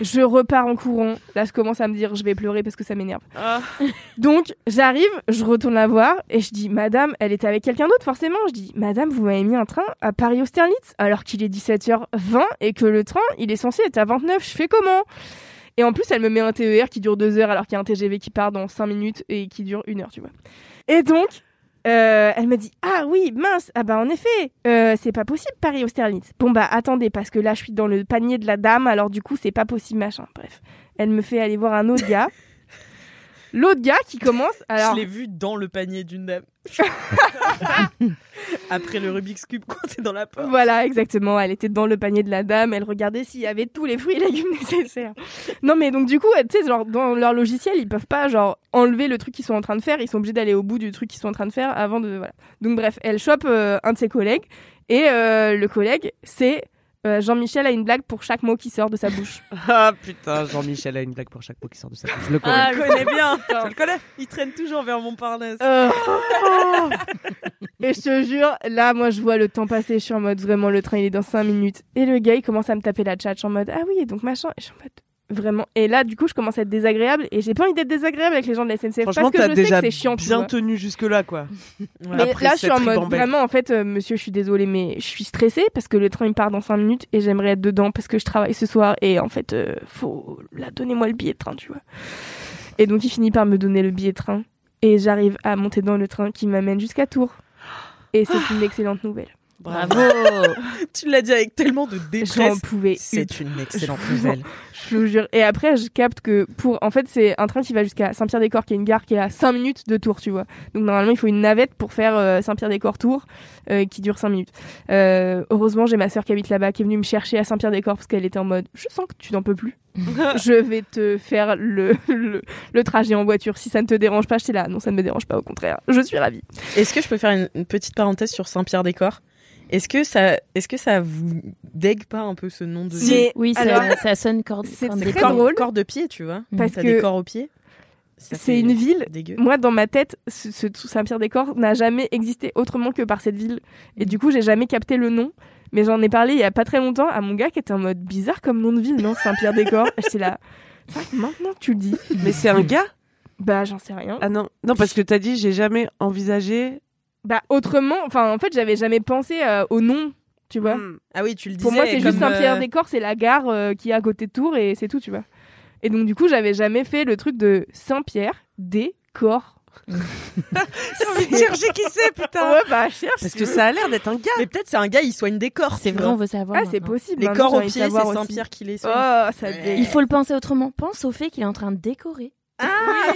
Speaker 1: je repars en courant. Là, je commence à me dire, je vais pleurer parce que ça m'énerve.
Speaker 2: Ah. [laughs]
Speaker 1: Donc, j'arrive, je retourne la voir et je dis, Madame, elle était avec quelqu'un d'autre, forcément. Je dis, Madame, vous m'avez mis un train à Paris-Austerlitz alors qu'il est 17h20 et que le train, il est censé être à 29. Je fais comment Et en plus, elle me met un TER qui dure deux heures alors qu'il y a un TGV qui part dans cinq minutes et qui dure une heure, tu vois. Et donc, euh, elle me dit Ah oui, mince, ah bah en effet, euh, c'est pas possible Paris-Austerlitz. Bon bah attendez, parce que là je suis dans le panier de la dame, alors du coup c'est pas possible, machin. Bref, elle me fait aller voir un autre
Speaker 3: [laughs]
Speaker 1: gars. L'autre gars qui commence. Alors,
Speaker 3: Je l'ai vu dans le panier
Speaker 1: [laughs]
Speaker 3: d'une dame. Après le Rubik's Cube quand t'es dans la porte.
Speaker 1: Voilà, exactement. Elle était dans le panier de la dame. Elle regardait s'il y avait tous les fruits et [laughs] légumes nécessaires. Non, mais donc du coup, tu sais, genre dans leur logiciel, ils peuvent pas genre enlever le truc qu'ils sont en train de faire. Ils sont obligés d'aller au bout du truc qu'ils sont en train de faire avant de voilà. Donc bref, elle chope euh, un de ses collègues et euh, le collègue, c'est euh, Jean-Michel a une blague pour chaque mot qui sort de sa bouche.
Speaker 2: Tours. Ah putain, Jean-Michel a une blague pour chaque mot qui sort de sa
Speaker 1: Ah,
Speaker 2: bouche. Je le connais.
Speaker 3: Je le connais bien. [laughs] Je le connais. Il traîne toujours vers Montparnasse.
Speaker 1: Euh. [laughs]
Speaker 2: Oh.
Speaker 1: et je te jure, là, moi, je vois le temps passer. Je suis en mode vraiment, le train, il est dans 5 minutes. Et le gars, il commence à me taper la tchatche en mode Ah oui, et donc machin. Et je suis en mode Vraiment. Et là, du coup, je commence à être désagréable. Et j'ai pas envie d'être désagréable avec les gens de la SNCF parce
Speaker 2: Franchement,
Speaker 1: que je
Speaker 2: t'as
Speaker 1: sais
Speaker 2: déjà
Speaker 1: que c'est chiant. tu
Speaker 2: bien
Speaker 1: vois.
Speaker 2: tenu jusque là quoi.
Speaker 1: [laughs]
Speaker 3: Voilà.
Speaker 1: Mais
Speaker 2: après
Speaker 1: là, je suis
Speaker 2: cette
Speaker 1: en mode
Speaker 2: ribambelle.
Speaker 1: vraiment, en fait, euh, monsieur, je suis désolée, mais je suis stressée parce que le train il part dans 5 minutes et j'aimerais être dedans parce que je travaille ce soir et en fait, euh, faut là, donnez-moi le billet de train, tu vois. Et donc, il finit par me donner le billet de
Speaker 3: [gasps]
Speaker 1: train et j'arrive à monter dans le train qui m'amène jusqu'à Tours. Et c'est une excellente nouvelle.
Speaker 7: Bravo.
Speaker 1: [laughs]
Speaker 3: tu l'as dit avec tellement de
Speaker 1: J'en
Speaker 3: détresse.
Speaker 1: pouvais
Speaker 3: C'est
Speaker 1: plus.
Speaker 3: une excellente
Speaker 1: Je vous jure.
Speaker 3: nouvelle.
Speaker 1: Je vous jure. Et après, je capte que pour. En fait, c'est un train qui va jusqu'à Saint-Pierre-des-Corps, qui est une gare qui est à 5 minutes de tour, tu vois. Donc, normalement, il faut une navette pour faire euh, Saint-Pierre-des-Corps-Tours, euh, qui dure 5 minutes. Euh, heureusement, j'ai ma sœur qui habite là-bas, qui est venue me chercher à Saint-Pierre-des-Corps, parce qu'elle était en mode Je sens que tu n'en peux plus. je vais te faire le, le, le trajet en voiture. Si ça ne te dérange pas, je suis là. Non, ça ne me dérange pas, au contraire. Je suis ravie.
Speaker 3: Est-ce que je peux faire une, une petite parenthèse sur Saint-Pierre-des-Corps Est-ce que ça, est-ce que ça vous dégue pas un peu ce nom de
Speaker 1: Si.
Speaker 7: Oui, ça,
Speaker 1: Alors,
Speaker 7: ça sonne corde.
Speaker 1: c'est
Speaker 7: corde
Speaker 1: très
Speaker 7: des
Speaker 3: corps,
Speaker 7: cordes.
Speaker 1: drôle.
Speaker 3: corps de pied, tu vois
Speaker 1: Parce
Speaker 3: T'as
Speaker 1: que-
Speaker 3: des corps aux pieds. Ça fait
Speaker 1: C'est une ville.
Speaker 3: dégueu.
Speaker 1: Moi, dans ma tête, ce, ce tout Saint-Pierre-des-Corps n'a jamais existé autrement que par cette ville. Et du coup, j'ai jamais capté le nom. Mais j'en ai parlé il y a pas très longtemps à mon gars qui était en mode bizarre comme nom de ville, non Saint-Pierre-des-Corps. [laughs] J'étais là. C'est vrai que maintenant que tu le dis,
Speaker 2: Mais c'est un gars
Speaker 1: bah j'en sais rien.
Speaker 2: Ah non, non parce que t'as dit j'ai jamais envisagé.
Speaker 1: Bah autrement, enfin en fait, j'avais jamais pensé euh, au nom, tu vois.
Speaker 2: Hmm.
Speaker 3: Ah oui, tu le disais.
Speaker 1: Pour moi, c'est juste
Speaker 3: comme, euh,
Speaker 1: Saint-Pierre-des-Corps, c'est la gare euh, qui est à côté de Tours et c'est tout, tu vois. Et donc, du coup, j'avais jamais fait le truc de Saint-Pierre-des-Corps.
Speaker 9: J'ai envie de chercher qui c'est, putain.
Speaker 1: Ouais, bah cherche.
Speaker 2: Parce que ça a l'air d'être un gars.
Speaker 3: Mais peut-être c'est un gars, il soigne des corps.
Speaker 7: C'est
Speaker 3: tu
Speaker 7: vrai,
Speaker 3: vois.
Speaker 7: on veut savoir.
Speaker 1: Ah, c'est
Speaker 7: maintenant.
Speaker 1: possible.
Speaker 3: hein. Les
Speaker 1: maintenant,
Speaker 3: corps
Speaker 1: j'ai
Speaker 3: aux
Speaker 1: envie de
Speaker 3: pieds, c'est
Speaker 1: savoir aussi.
Speaker 3: Saint-Pierre qui les soigne.
Speaker 1: Oh, ça dégue.
Speaker 7: [laughs] Il faut le penser autrement. Pense au fait qu'il est en train de décorer.
Speaker 3: [laughs] Ah,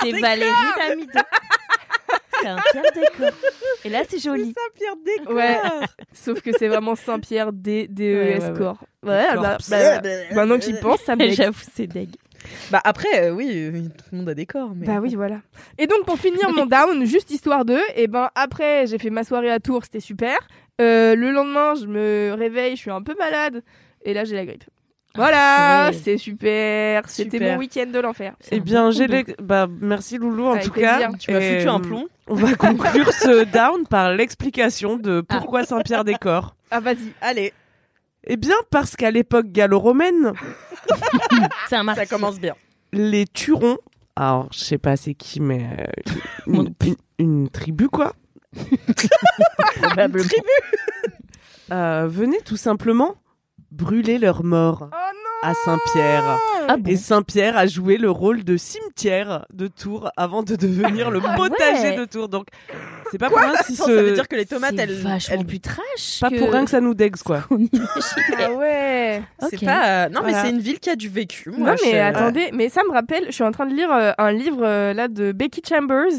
Speaker 7: C'est Valérie Damido. C'est un Pierre décor. Et là, c'est joli.
Speaker 3: Saint-Pierre des corps.
Speaker 1: Ouais. [laughs] Sauf que c'est vraiment Saint-Pierre D D E
Speaker 7: Ouais, ouais,
Speaker 1: S
Speaker 7: ouais.
Speaker 1: corps. Ouais,
Speaker 2: Corps.
Speaker 1: bah, bah, maintenant que j'y pense, ça me dégue.
Speaker 7: Ah, J'avoue, c'est deg.
Speaker 3: Bah après, euh, oui, euh, tout le monde a des corps. Mais...
Speaker 1: Bah oui, voilà. Et donc pour finir mon down, juste histoire de, et ben après j'ai fait ma soirée à Tours, c'était super. Euh, le lendemain, je me réveille, je suis un peu malade, et là j'ai la grippe. Voilà,
Speaker 7: purée.
Speaker 1: c'est super. C'était
Speaker 3: Super.
Speaker 1: mon week-end de l'enfer.
Speaker 2: Eh bien, j'ai les... bah, merci Loulou en
Speaker 1: Avec
Speaker 2: tout
Speaker 1: plaisir.
Speaker 2: cas.
Speaker 3: Tu m'as
Speaker 2: Et,
Speaker 3: foutu un
Speaker 2: euh,
Speaker 3: plomb.
Speaker 2: On [laughs] va conclure ce down par l'explication de
Speaker 9: Ah.
Speaker 2: pourquoi Saint-Pierre des corps.
Speaker 1: Ah vas-y.
Speaker 3: Allez,
Speaker 2: Eh bien, parce qu'à l'époque gallo-romaine,
Speaker 7: C'est un martyr.
Speaker 3: ça commence bien.
Speaker 2: les Turons, alors je sais pas c'est qui, mais euh, une, une- une tribu quoi,
Speaker 3: Bah,
Speaker 7: probablement.
Speaker 2: euh, venaient tout simplement brûler leurs morts
Speaker 1: Oh non.
Speaker 2: à Saint-Pierre.
Speaker 7: Ah bon
Speaker 2: Et Saint-Pierre a joué le rôle de cimetière de Tours avant de devenir le potager
Speaker 7: ouais.
Speaker 2: de Tours. Donc, c'est pas pour rien si
Speaker 3: Attends,
Speaker 2: ce-
Speaker 3: Ça veut dire que les tomates,
Speaker 7: C'est
Speaker 3: elles,
Speaker 7: vachement
Speaker 3: elles-
Speaker 7: plus trash.
Speaker 2: pas pour rien que ça nous dégue quoi.
Speaker 7: qu'on imagine.
Speaker 1: Ah ouais.
Speaker 3: c'est
Speaker 7: Ok.
Speaker 3: pas. euh, Non, mais
Speaker 2: Voilà.
Speaker 3: c'est une ville qui a du vécu.
Speaker 1: Non
Speaker 3: moi, je-
Speaker 1: mais attendez, mais ça me rappelle, je suis en train de lire euh, un livre euh, là de Becky Chambers,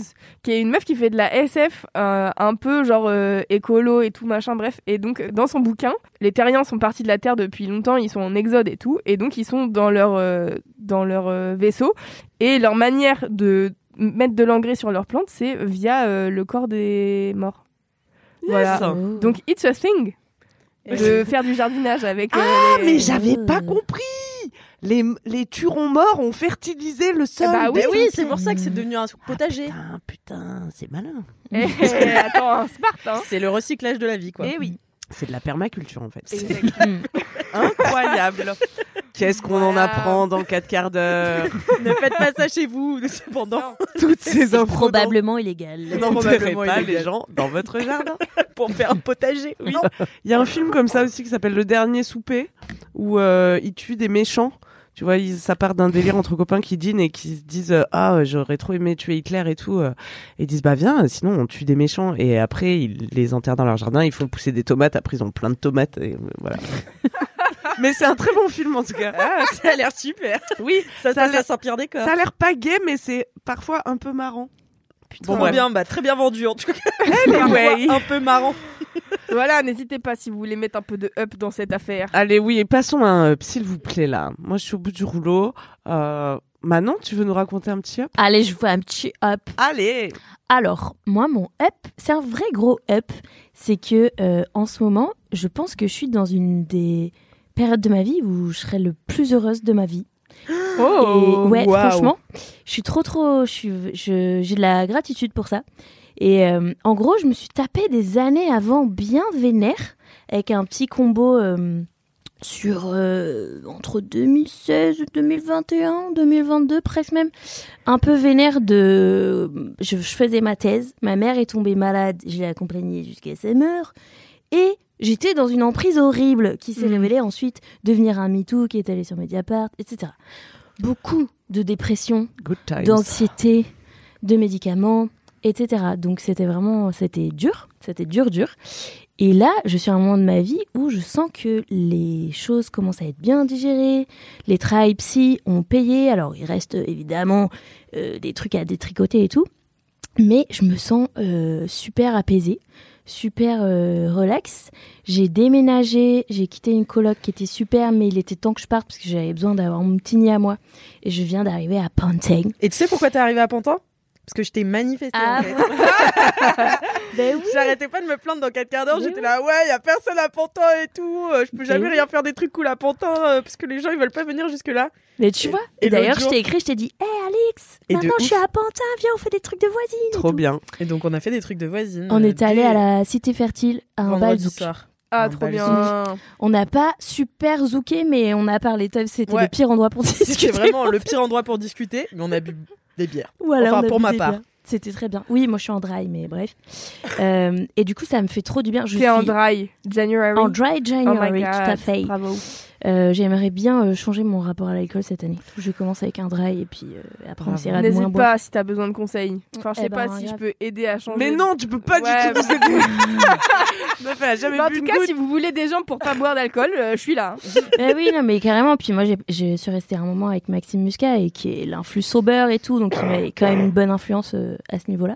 Speaker 1: qui est une meuf qui fait de la SF euh, un peu genre euh, écolo et tout machin, bref. Et donc euh, dans son bouquin, les Terriens sont partis de la Terre depuis longtemps, ils sont en exode et tout, et donc ils sont dans leur euh, dans leur euh, vaisseau et leur manière de mettre de l'engrais sur leurs plantes, c'est via euh, le corps des morts. Voilà.
Speaker 7: Ah,
Speaker 2: Yes.
Speaker 7: Oh.
Speaker 1: Donc it's a thing
Speaker 3: Et-
Speaker 1: de faire du jardinage avec. euh,
Speaker 2: Ah,
Speaker 1: les-
Speaker 2: mais j'avais
Speaker 7: Euh.
Speaker 2: pas compris Les, les turons morts ont fertilisé le sol.
Speaker 1: bah
Speaker 3: Mais
Speaker 1: oui,
Speaker 3: oui, c'est pour ça que c'est devenu un potager.
Speaker 2: Putain, putain, c'est malin.
Speaker 1: [laughs] Eh, eh, attends, Sparte. Hein.
Speaker 3: C'est le recyclage de la vie, quoi.
Speaker 1: Eh oui.
Speaker 2: C'est de la permaculture en fait. C'est
Speaker 1: Exact.
Speaker 7: Mm.
Speaker 2: incroyable. Qu'est-ce qu'on en
Speaker 1: Voilà.
Speaker 2: apprend dans 4 quarts d'heure
Speaker 3: ne faites pas [laughs] ça chez vous, cependant.
Speaker 2: Toutes ces infos.
Speaker 7: Probablement illégal.
Speaker 2: dont- N'enterrez
Speaker 3: probablement
Speaker 2: pas
Speaker 3: illégales.
Speaker 2: les gens dans votre [laughs] jardin.
Speaker 3: Pour faire un potager. Oui.
Speaker 2: Il y a un film comme ça aussi qui s'appelle Le Dernier Souper où euh, ils tuent des méchants. Tu vois, ils- ça part d'un délire entre copains qui dînent et qui se disent euh, ah euh, j'aurais trop aimé tuer Hitler et tout. euh. et ils disent bah viens sinon on tue des méchants et après ils les enterrent dans leur jardin, ils font pousser des tomates. Après ils ont plein de tomates et euh, [laughs] voilà. mais c'est un très bon film en tout cas.
Speaker 3: Ah, [laughs] ça a l'air super.
Speaker 2: oui,
Speaker 3: Ça,
Speaker 2: Ça a
Speaker 3: ça,
Speaker 2: l'air-
Speaker 3: ça Saint-Pierre des Corps.
Speaker 2: ça a l'air pas gay mais c'est parfois un peu marrant.
Speaker 3: Bon,
Speaker 2: bref.
Speaker 3: bien, bah, très bien vendu en tout cas. Parfois [laughs] un peu marrant.
Speaker 1: Voilà, n'hésitez pas si vous voulez mettre un peu de up dans cette affaire.
Speaker 2: Allez, oui, et passons à un up, s'il vous plaît, là. Moi, je suis au bout du rouleau. Euh, Manon, tu veux nous raconter un petit up
Speaker 7: Allez, je vous fais un petit up.
Speaker 2: Allez
Speaker 7: Alors, moi, mon up, c'est un vrai gros up. C'est que euh, en ce moment, je pense que je suis dans une des périodes de ma vie où je serai le plus heureuse de ma vie.
Speaker 1: Oh,
Speaker 7: Et ouais,
Speaker 1: waouh.
Speaker 7: franchement, je suis trop, trop. je suis- je- J'ai de la gratitude pour ça. Et euh, en gros, je me suis tapé des années avant bien vénère avec un petit combo euh, sur euh, entre 2016, 2021, 2022, presque même. Un peu vénère de. Je, je faisais ma thèse, ma mère est tombée malade, je l'ai accompagnée jusqu'à sa mort. Et. J'étais dans une emprise horrible qui s'est
Speaker 1: Mhm.
Speaker 7: révélée ensuite devenir un MeToo qui est allé sur Mediapart, etc beaucoup de dépression,
Speaker 2: Good times.
Speaker 7: d'anxiété, de médicaments, etc. Donc c'était vraiment, c'était dur, c'était dur, dur. Et là, je suis à un moment de ma vie où je sens que les choses commencent à être bien digérées, les trials psy ont payé, alors il reste euh, évidemment euh, des trucs à détricoter et tout, mais je me sens euh, super apaisée, super euh, relax. J'ai déménagé, j'ai quitté une coloc qui était super, mais il était temps que je parte parce que j'avais besoin d'avoir mon petit nid à moi. Et je viens d'arriver à Panteng.
Speaker 3: Et tu sais pourquoi t'es arrivée à Pantin Parce que je t'ai manifesté.
Speaker 7: Ah
Speaker 3: en fait.
Speaker 7: Ben
Speaker 3: J'arrêtais pas de me plaindre dans 4 quarts d'heure. J'étais là, ouais, y a personne à Pantin et tout. euh, je peux jamais
Speaker 7: oui.
Speaker 3: rien faire des trucs cool à Pantin euh, parce que les gens ils veulent pas venir jusque-là.
Speaker 7: Mais tu vois, et,
Speaker 3: l'autre
Speaker 7: d'ailleurs, je
Speaker 3: jour-
Speaker 7: t'ai écrit, je t'ai dit, hé Alex,
Speaker 3: Et de
Speaker 7: maintenant je
Speaker 3: ouf.
Speaker 7: suis à Pantin, viens, on fait des trucs de voisine. et
Speaker 2: Trop
Speaker 7: tout.
Speaker 2: bien.
Speaker 3: Et donc on a fait des trucs de voisine.
Speaker 7: On
Speaker 3: euh,
Speaker 7: est allé
Speaker 3: dès-
Speaker 7: à la Cité Fertile, à un bal
Speaker 3: vendredi
Speaker 7: zouk.
Speaker 3: soir.
Speaker 1: Ah,
Speaker 3: Un
Speaker 1: trop
Speaker 3: bal
Speaker 1: bien.
Speaker 3: zouk.
Speaker 7: On n'a pas super zouké, mais on a parlé. C'était
Speaker 3: Ouais.
Speaker 7: le pire endroit pour discuter.
Speaker 3: C'était vraiment
Speaker 7: [laughs]
Speaker 3: le pire endroit pour discuter, mais on a bu des bières.
Speaker 7: Voilà, on
Speaker 3: enfin,
Speaker 7: a
Speaker 3: pour
Speaker 7: bu
Speaker 3: ma
Speaker 7: des
Speaker 3: part.
Speaker 7: bières. C'était très bien. Oui, moi je suis en dry, mais bref. Euh, et du coup, ça me fait trop du bien. Je
Speaker 1: T'es en
Speaker 7: suis-
Speaker 1: dry January.
Speaker 7: En dry
Speaker 1: Oh my
Speaker 7: January,
Speaker 1: God,
Speaker 7: tout à fait.
Speaker 1: Bravo.
Speaker 7: Euh, J'aimerais bien euh, changer mon rapport à l'alcool cette année. Je commence avec un dry et puis euh, après on essaiera de moins
Speaker 1: N'hésite
Speaker 7: boire.
Speaker 1: pas si t'as besoin de conseils. Enfin, je
Speaker 7: Eh
Speaker 1: sais
Speaker 7: ben,
Speaker 1: pas si je
Speaker 7: grave.
Speaker 1: peux aider à changer.
Speaker 2: Mais non, tu peux
Speaker 1: Ouais,
Speaker 2: pas du tout nous
Speaker 1: bah-
Speaker 2: aider. [laughs] Meuf, elle a jamais
Speaker 1: Mais [laughs] en
Speaker 2: bu
Speaker 1: tout
Speaker 2: une
Speaker 1: cas,
Speaker 2: goutte.
Speaker 1: si vous voulez des gens pour pas boire d'alcool, euh, je suis là.
Speaker 7: Eh oui, non, mais carrément. Puis moi, j'ai- je suis restée un moment avec Maxime Muscat et qui est l'influx sober et tout, donc il m'avait quand même une bonne influence euh, à ce niveau-là.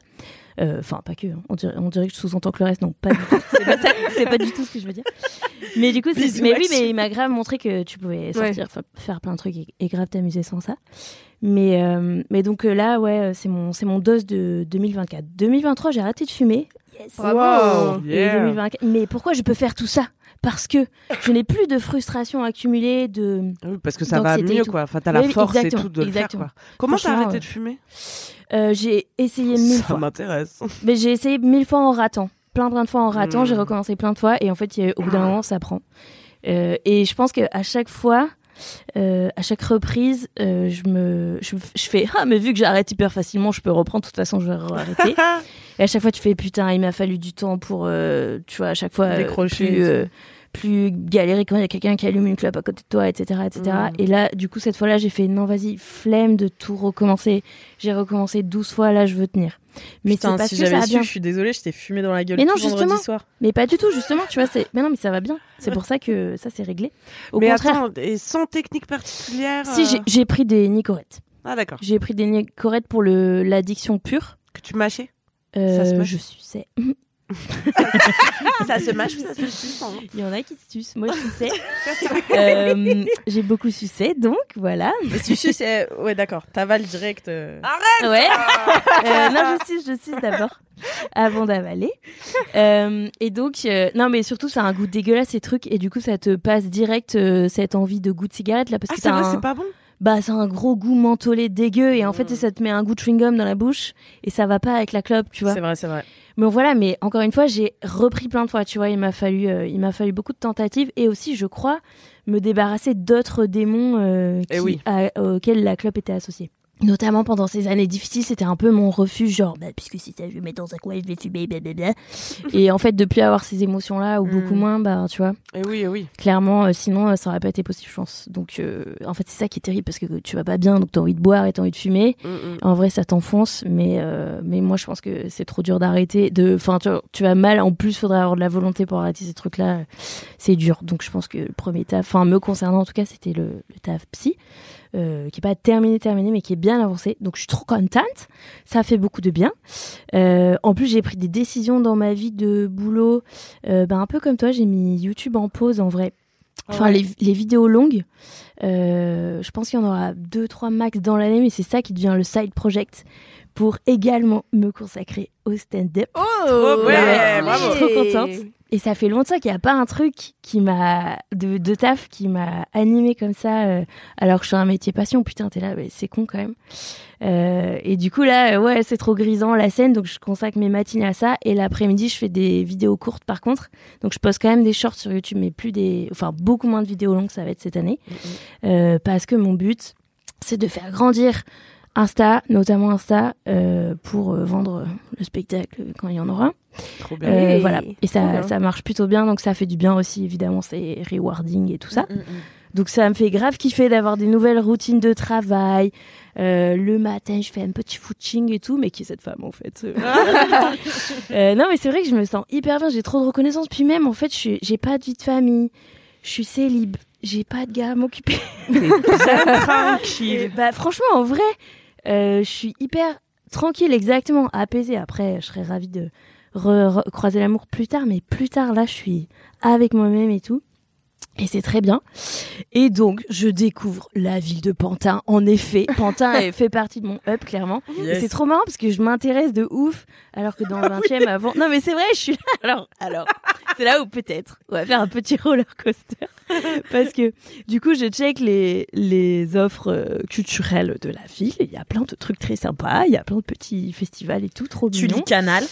Speaker 7: Euh, Enfin, pas que. hein. On, dirait, on dirait que je sous-entends que le reste, non, pas du tout. C'est pas, ça, c'est pas du tout ce que je veux dire. Mais du coup, c'est-
Speaker 6: Bisous,
Speaker 7: mais oui,
Speaker 6: Maxime.
Speaker 7: mais il m'a grave montré que tu pouvais sortir,
Speaker 6: Ouais.
Speaker 7: fa- faire plein de trucs et, et grave t'amuser sans ça. Mais, euh, mais donc euh, là, ouais, euh, c'est mon, c'est mon dose de 2024. 2023, j'ai arrêté de fumer. Yes.
Speaker 2: Oh,
Speaker 1: Bravo. Wow.
Speaker 7: Et
Speaker 1: Yeah.
Speaker 7: 2024 Mais pourquoi je peux faire tout ça Parce que je n'ai plus de frustration accumulée, de.
Speaker 2: parce que ça va
Speaker 7: d'anxiété et
Speaker 2: mieux,
Speaker 7: tout.
Speaker 2: quoi. Enfin, t'as la
Speaker 7: Oui, oui,
Speaker 2: force et
Speaker 7: exactement,
Speaker 2: tout de le faire,
Speaker 7: exactement.
Speaker 2: quoi. Comment t'as
Speaker 7: Franchement,
Speaker 2: arrêté
Speaker 7: euh,
Speaker 2: de fumer
Speaker 7: euh, J'ai essayé mille
Speaker 2: Ça
Speaker 7: fois.
Speaker 2: m'intéresse.
Speaker 7: Mais j'ai essayé mille fois en ratant. Plein, plein de fois en ratant.
Speaker 2: Mm.
Speaker 7: J'ai recommencé plein de fois. Et en fait, il y a- au bout d'un moment, ça prend. Euh, et je pense qu'à chaque fois, euh, à chaque reprise, euh, je, me, je, je fais Ah, mais vu que j'arrête hyper facilement, je peux reprendre. De toute façon, je vais arrêter. et à chaque fois, tu fais Putain, il m'a fallu du temps pour, euh, tu vois, à chaque fois, euh,
Speaker 3: Décrocher
Speaker 7: plus,
Speaker 3: et tout.
Speaker 7: euh, plus galérer quand il y a quelqu'un qui allume une clope à côté de toi, etc. etc. Et là, du coup, cette fois-là, j'ai fait Non, vas-y, flemme de tout recommencer. J'ai recommencé 12 fois. Là, je veux tenir. Mais c'est
Speaker 3: Putain,
Speaker 7: parce
Speaker 3: si
Speaker 7: que ça
Speaker 3: j'avais
Speaker 7: a
Speaker 3: su,
Speaker 7: bien.
Speaker 3: je suis désolée, je t'ai fumé dans la gueule.
Speaker 7: Mais non,
Speaker 3: tout vendredi
Speaker 7: justement.
Speaker 3: soir.
Speaker 7: Mais pas du tout, justement. Tu vois, c'est. Mais non, mais ça va bien. C'est pour ça que ça, c'est réglé. Au
Speaker 2: mais
Speaker 7: contraire.
Speaker 2: attends, et sans technique particulière.
Speaker 7: si j'ai-
Speaker 2: euh,
Speaker 7: j'ai pris des nicorettes.
Speaker 2: Ah, d'accord.
Speaker 7: J'ai pris des nicorettes pour le l'addiction pure.
Speaker 2: Que tu mâchais.
Speaker 7: Euh,
Speaker 2: Ça se mâche
Speaker 7: je suçais.
Speaker 2: ça se mâche ou ça se suce hein
Speaker 7: Il y en a qui se sucent. Moi, je suçais. Euh, j'ai beaucoup sucé, donc voilà.
Speaker 3: Mais si je c'est. Ouais, d'accord, t'avales direct. euh.
Speaker 2: Ah,
Speaker 7: Arrête Ouais. [laughs] Euh, non, je suce, je suce d'abord. Avant d'avaler. Euh, et donc, euh, non, mais surtout, ça a un goût dégueulasse, ces trucs. Et du coup, ça te passe direct euh, cette envie de goût de cigarette, là. Parce
Speaker 2: Ah,
Speaker 7: que
Speaker 2: c'est
Speaker 7: t'as
Speaker 2: vrai,
Speaker 7: un-
Speaker 2: c'est pas Hmm. bon
Speaker 7: Bah, c'est un gros goût mentholé dégueu. Et en fait, ça te met un goût de chewing-gum dans la bouche. Et ça va pas avec la clope, tu vois.
Speaker 3: C'est vrai, c'est vrai.
Speaker 7: Mais voilà, mais encore une fois, j'ai repris plein de fois, tu vois, il m'a fallu, euh, il m'a fallu beaucoup de tentatives et aussi, je crois, me débarrasser d'autres démons euh,
Speaker 2: Eh
Speaker 7: qui-
Speaker 2: oui.
Speaker 7: à- auxquels la clope était associée. Notamment pendant ces années difficiles, c'était un peu mon refuge, genre, bah, puisque si ça, je vais mettre dans un coin, je vais
Speaker 2: [laughs]
Speaker 7: fumer, blablabla. et en fait, depuis avoir ces émotions-là, ou beaucoup
Speaker 2: Mm.
Speaker 7: moins, bah, tu vois.
Speaker 2: Eh oui, eh oui.
Speaker 7: Clairement, euh, sinon, euh, ça aurait pas été possible, je pense. Donc, euh, en fait, c'est ça qui est terrible, parce que tu vas pas bien, donc t'as envie de boire et t'as envie de fumer.
Speaker 2: Mm, mm.
Speaker 7: En vrai, ça t'enfonce, mais, euh, mais moi, je pense que c'est trop dur d'arrêter. De... Enfin, tu, tu vas mal, en plus, faudrait avoir de la volonté pour arrêter ces trucs-là. C'est dur. Donc, je pense que le premier taf, enfin, me concernant en tout cas, c'était le, le taf psy, euh, qui est pas terminé, terminé, mais qui est bien avancé. Donc, je suis trop contente. Ça fait beaucoup de bien. Euh, en plus, j'ai pris des décisions dans ma vie de boulot. Euh, ben, un peu comme toi, j'ai mis YouTube en pause en vrai. Enfin, les, les vidéos longues, euh, je pense qu'il y en aura 2-3 max dans l'année, mais c'est ça qui devient le side project pour également me consacrer au stand-up.
Speaker 1: Oh,
Speaker 7: Bah ouais,
Speaker 1: bravo.
Speaker 7: Je suis trop contente.
Speaker 1: Oh,
Speaker 7: Et ça fait longtemps qu'il n'y a pas un truc qui m'a de, de taf qui m'a animée comme ça, euh, alors que je suis un métier passion. Putain, t'es là, mais c'est con quand même. Euh, et du coup là, euh, ouais, c'est trop grisant la scène, donc je consacre mes matinées à ça. Et l'après-midi, je fais des vidéos courtes par contre. Donc je poste quand même des shorts sur YouTube, mais plus des, enfin beaucoup moins de vidéos longues, ça va être cette année, Euh, parce que mon but, c'est de faire grandir Insta, notamment Insta, euh, pour euh, vendre euh, le spectacle quand il y en aura.
Speaker 2: Trop bien.
Speaker 7: Euh,
Speaker 2: Hey,
Speaker 7: voilà. Et
Speaker 2: trop bien. mm,
Speaker 7: ça, ça marche plutôt bien, donc ça fait du bien aussi, évidemment, c'est rewarding et tout ça. Donc ça me fait grave kiffer d'avoir des nouvelles routines de travail. Euh, le matin, je fais un petit footing et tout, mais qui est cette femme en fait Euh, euh, Non, mais c'est vrai que je me sens hyper bien. J'ai trop de reconnaissance. Puis même, en fait, je suis- j'ai pas de vie de famille. Je suis célib. J'ai pas de gars à m'occuper.
Speaker 3: tranquille.
Speaker 7: Bah, franchement, en vrai, euh, je suis hyper tranquille, exactement, apaisée. Après, je serais ravie de re- re- croiser l'amour plus tard, mais plus tard, là, je suis avec moi-même et tout. Et c'est très bien. Et donc, je découvre la ville de Pantin. En effet, Pantin est- fait partie de mon up, clairement.
Speaker 9: Yes.
Speaker 7: Et C'est trop marrant parce que je m'intéresse de ouf, alors que dans [laughs] le 20e, avant. Non, mais c'est vrai, je suis là. Ah [laughs] Alors, alors c'est là où peut-être on va faire un petit roller coaster. [laughs] Parce que, du coup, je check les, les offres euh, culturelles de la ville. Il y a plein de trucs très sympas. Il y a plein de petits festivals et tout, trop
Speaker 3: Tu
Speaker 7: mignon.
Speaker 3: lis Canal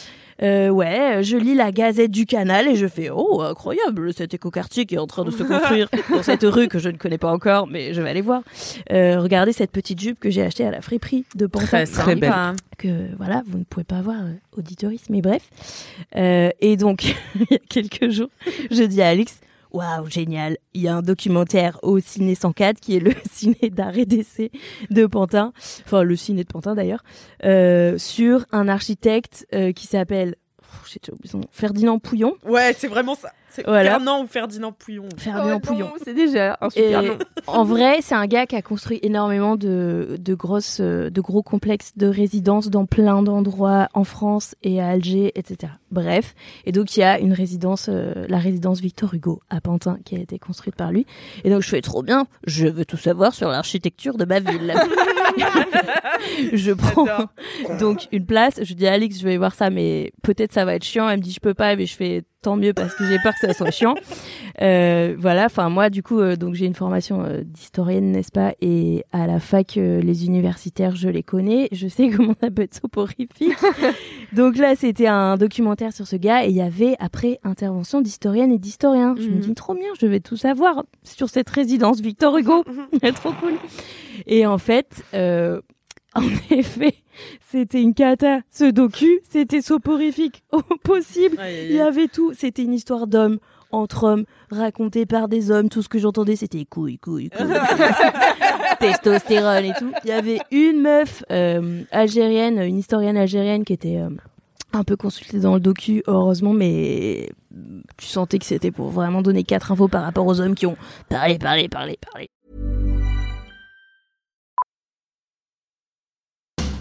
Speaker 7: Euh, ouais, je lis la gazette du canal et je fais Oh, incroyable, cet écoquartier qui est en train [laughs] de se construire dans cette rue que je ne connais pas encore, mais je vais aller voir. Euh, regardez cette petite jupe que j'ai achetée à la friperie de Pantin.
Speaker 3: Très sympa.
Speaker 7: Sympa. Que voilà, vous ne pouvez pas voir euh, auditoris, mais bref. Euh, et donc, [laughs] il y a quelques jours, je dis à Alex Waouh, génial, il y a un documentaire au Ciné 104 qui est le [laughs] ciné d'arrêt d'essai de Pantin, enfin le ciné de Pantin d'ailleurs, euh, sur un architecte euh, qui s'appelle oh, j'ai déjà oublié son nom, Ferdinand Pouillon.
Speaker 3: Ouais, c'est vraiment ça. C'est
Speaker 7: Voilà.
Speaker 3: Fernand ou Ferdinand
Speaker 7: [laughs]
Speaker 3: Pouillon.
Speaker 7: Ferdinand Pouillon.
Speaker 1: C'est déjà un super
Speaker 7: Et
Speaker 1: nom.
Speaker 7: [laughs] en vrai, c'est un gars qui a construit énormément de, de, grosses, euh, de gros complexes de résidences dans plein d'endroits en France et à Alger, etc. Bref. Et donc, il y a une résidence, euh, la résidence Victor Hugo à Pantin qui a été construite par lui. Et donc, je fais trop bien. Je veux tout savoir sur l'architecture de ma ville. je prends donc une place. Je dis à Alix, je vais voir ça, mais peut-être ça va être chiant. Elle me dit, je peux pas, mais je fais tant mieux parce que j'ai peur que ça soit chiant. Euh, voilà. Enfin, moi, du coup, euh, donc j'ai une formation euh, d'historienne, n'est-ce pas Et à la fac, euh, les universitaires, je les connais. Je sais comment ça peut être soporifique. donc là, c'était un documentaire sur ce gars et il y avait après intervention d'historienne et d'historien. Je me dis trop bien, je vais tout savoir sur cette résidence Victor Hugo. [laughs] trop cool. Et en fait, euh, en [laughs] effet, c'était une cata. Ce docu, c'était soporifique au possible.
Speaker 9: Aïe, aïe, aïe.
Speaker 7: Il y avait tout. C'était une histoire d'hommes entre hommes, racontée par des hommes. Tout ce que j'entendais, c'était couille, couille, couille. Testostérone et tout. Il y avait une meuf euh, algérienne, une historienne algérienne qui était euh, un peu consultée dans le docu, heureusement, mais tu sentais que c'était pour vraiment donner quatre infos par rapport aux hommes qui ont parlé, parlé, parlé, parlé.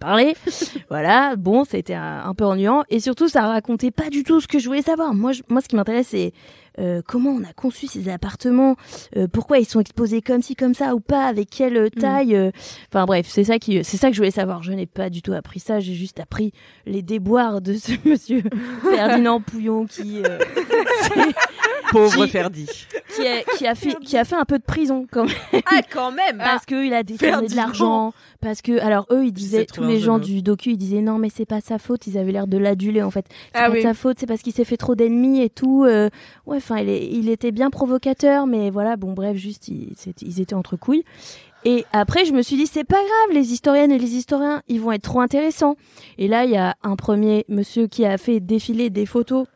Speaker 7: parler. [laughs] voilà, bon, c'était un, un peu ennuyant. Et surtout, ça racontait pas du tout ce que je voulais savoir. Moi, je- moi ce qui m'intéresse, c'est euh, comment on a conçu ces appartements, euh, pourquoi ils sont exposés comme ci, comme ça ou pas, avec quelle euh, taille. euh. Enfin bref, c'est ça, qui, c'est ça que je voulais savoir. Je n'ai pas du tout appris ça, j'ai juste appris les déboires de ce [laughs] monsieur Ferdinand Pouillon qui... euh,
Speaker 2: Pauvre
Speaker 7: Qui-
Speaker 2: Ferdi.
Speaker 7: qui a, qui a fait qui a fait un peu de prison quand même.
Speaker 3: Ah, quand même
Speaker 7: Parce qu'il a détourné de
Speaker 3: Ferdinand.
Speaker 7: l'argent. Parce que alors eux ils disaient tous
Speaker 3: trouver un
Speaker 7: les
Speaker 3: jeu
Speaker 7: gens
Speaker 3: de
Speaker 7: du docu ils disaient non mais c'est pas sa faute ils avaient l'air de l'aduler en fait c'est
Speaker 1: Ah
Speaker 7: pas
Speaker 1: oui.
Speaker 7: de sa faute c'est parce qu'il s'est fait trop d'ennemis et tout euh, ouais enfin il, est- il était bien provocateur mais voilà bon bref juste ils, c'est- ils étaient entre couilles et après, je me suis dit, c'est pas grave, les historiennes et les historiens, ils vont être trop intéressants. Et là, il y a un premier monsieur qui a fait défiler des photos,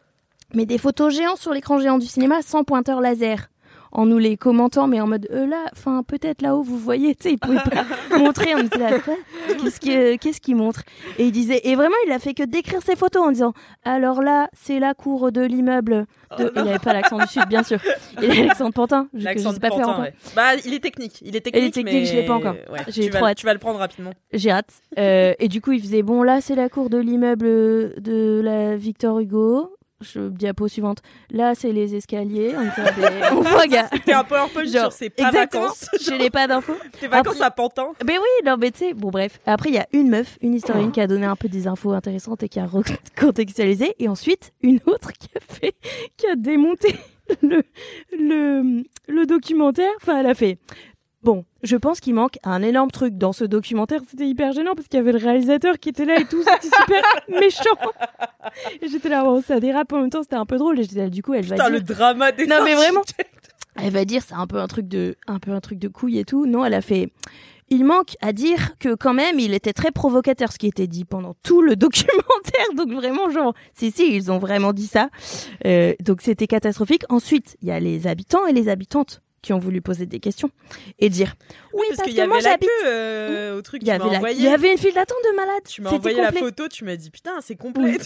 Speaker 7: mais des photos géantes sur l'écran géant du cinéma sans pointeur laser. en nous les commentant, mais en mode euh, là, enfin peut-être là-haut vous voyez, [laughs] tu sais, il pouvait
Speaker 3: [laughs]
Speaker 7: pas montrer. On était là, quoi qu'est-ce que- qu'est-ce qu'il montre Et il disait et vraiment il a fait que décrire ses photos en disant alors là c'est la cour de l'immeuble. de- il avait pas l'accent du sud bien sûr. Il avait l'accent de Pantin.
Speaker 3: Oh.
Speaker 7: vu que je
Speaker 3: L'accent
Speaker 7: sais
Speaker 3: de
Speaker 7: pas faire
Speaker 3: Pantin,
Speaker 7: encore.
Speaker 3: ouais. Bah, il est technique. Il est technique.
Speaker 7: Il est technique,
Speaker 3: mais-
Speaker 7: je l'ai pas encore. Ah,
Speaker 3: Ouais,
Speaker 7: J'ai
Speaker 3: tu, vas,
Speaker 7: trop hâte.
Speaker 3: tu vas le prendre
Speaker 7: [laughs]
Speaker 3: rapidement.
Speaker 7: J'ai hâte. Euh, et du coup, il faisait bon, là, c'est la cour de l'immeuble de la Victor Hugo. Je, diapo suivante. Là, c'est les escaliers. On, était là, mais- on voit, gars.
Speaker 3: C'était un PowerPoint sur
Speaker 7: Genre,
Speaker 3: ses pas
Speaker 7: exactement,
Speaker 3: vacances.
Speaker 7: Je n'ai pas d'infos.
Speaker 3: Tes vacances
Speaker 7: Après-
Speaker 3: à Pantin.
Speaker 7: Ben oui, non, mais tu sais, bon, bref. Après, il y a une meuf, une historienne qui a donné un peu des infos intéressantes et qui a recontextualisé. Et ensuite, une autre qui a fait, qui a démonté [laughs] le, le, le documentaire. Enfin, elle a fait. Bon, je pense qu'il manque un énorme truc dans ce documentaire. C'était hyper gênant parce qu'il y avait le réalisateur qui était là et tout. C'était
Speaker 3: [laughs]
Speaker 7: super méchant. Et j'étais là, wow, ça dérape. En même temps, c'était un peu drôle. Et j'étais là, du coup, elle va
Speaker 3: Putain,
Speaker 7: dire.
Speaker 3: le drama des
Speaker 7: Non, mais vraiment. Elle va dire c'est un peu un truc de un peu un truc de couille et tout. Non, elle a fait il manque à dire que quand même il était très provocateur ce qui était dit pendant tout le [laughs] documentaire. Donc vraiment genre si si, ils ont vraiment dit ça. Euh, donc c'était catastrophique. Ensuite, il y a les habitants et les habitantes qui ont voulu poser des questions et dire oui parce,
Speaker 3: parce qu'il
Speaker 7: que,
Speaker 3: y
Speaker 7: moi
Speaker 3: avait la queue
Speaker 7: j'habite
Speaker 3: euh, au truc.
Speaker 7: il
Speaker 3: tu
Speaker 7: y,
Speaker 3: m'as
Speaker 7: avait la-
Speaker 3: envoyé.
Speaker 7: il y avait une file d'attente de malades.
Speaker 3: Tu m'as
Speaker 7: C'était
Speaker 3: envoyé
Speaker 7: complet.
Speaker 3: la photo, tu m'as dit putain, c'est complet.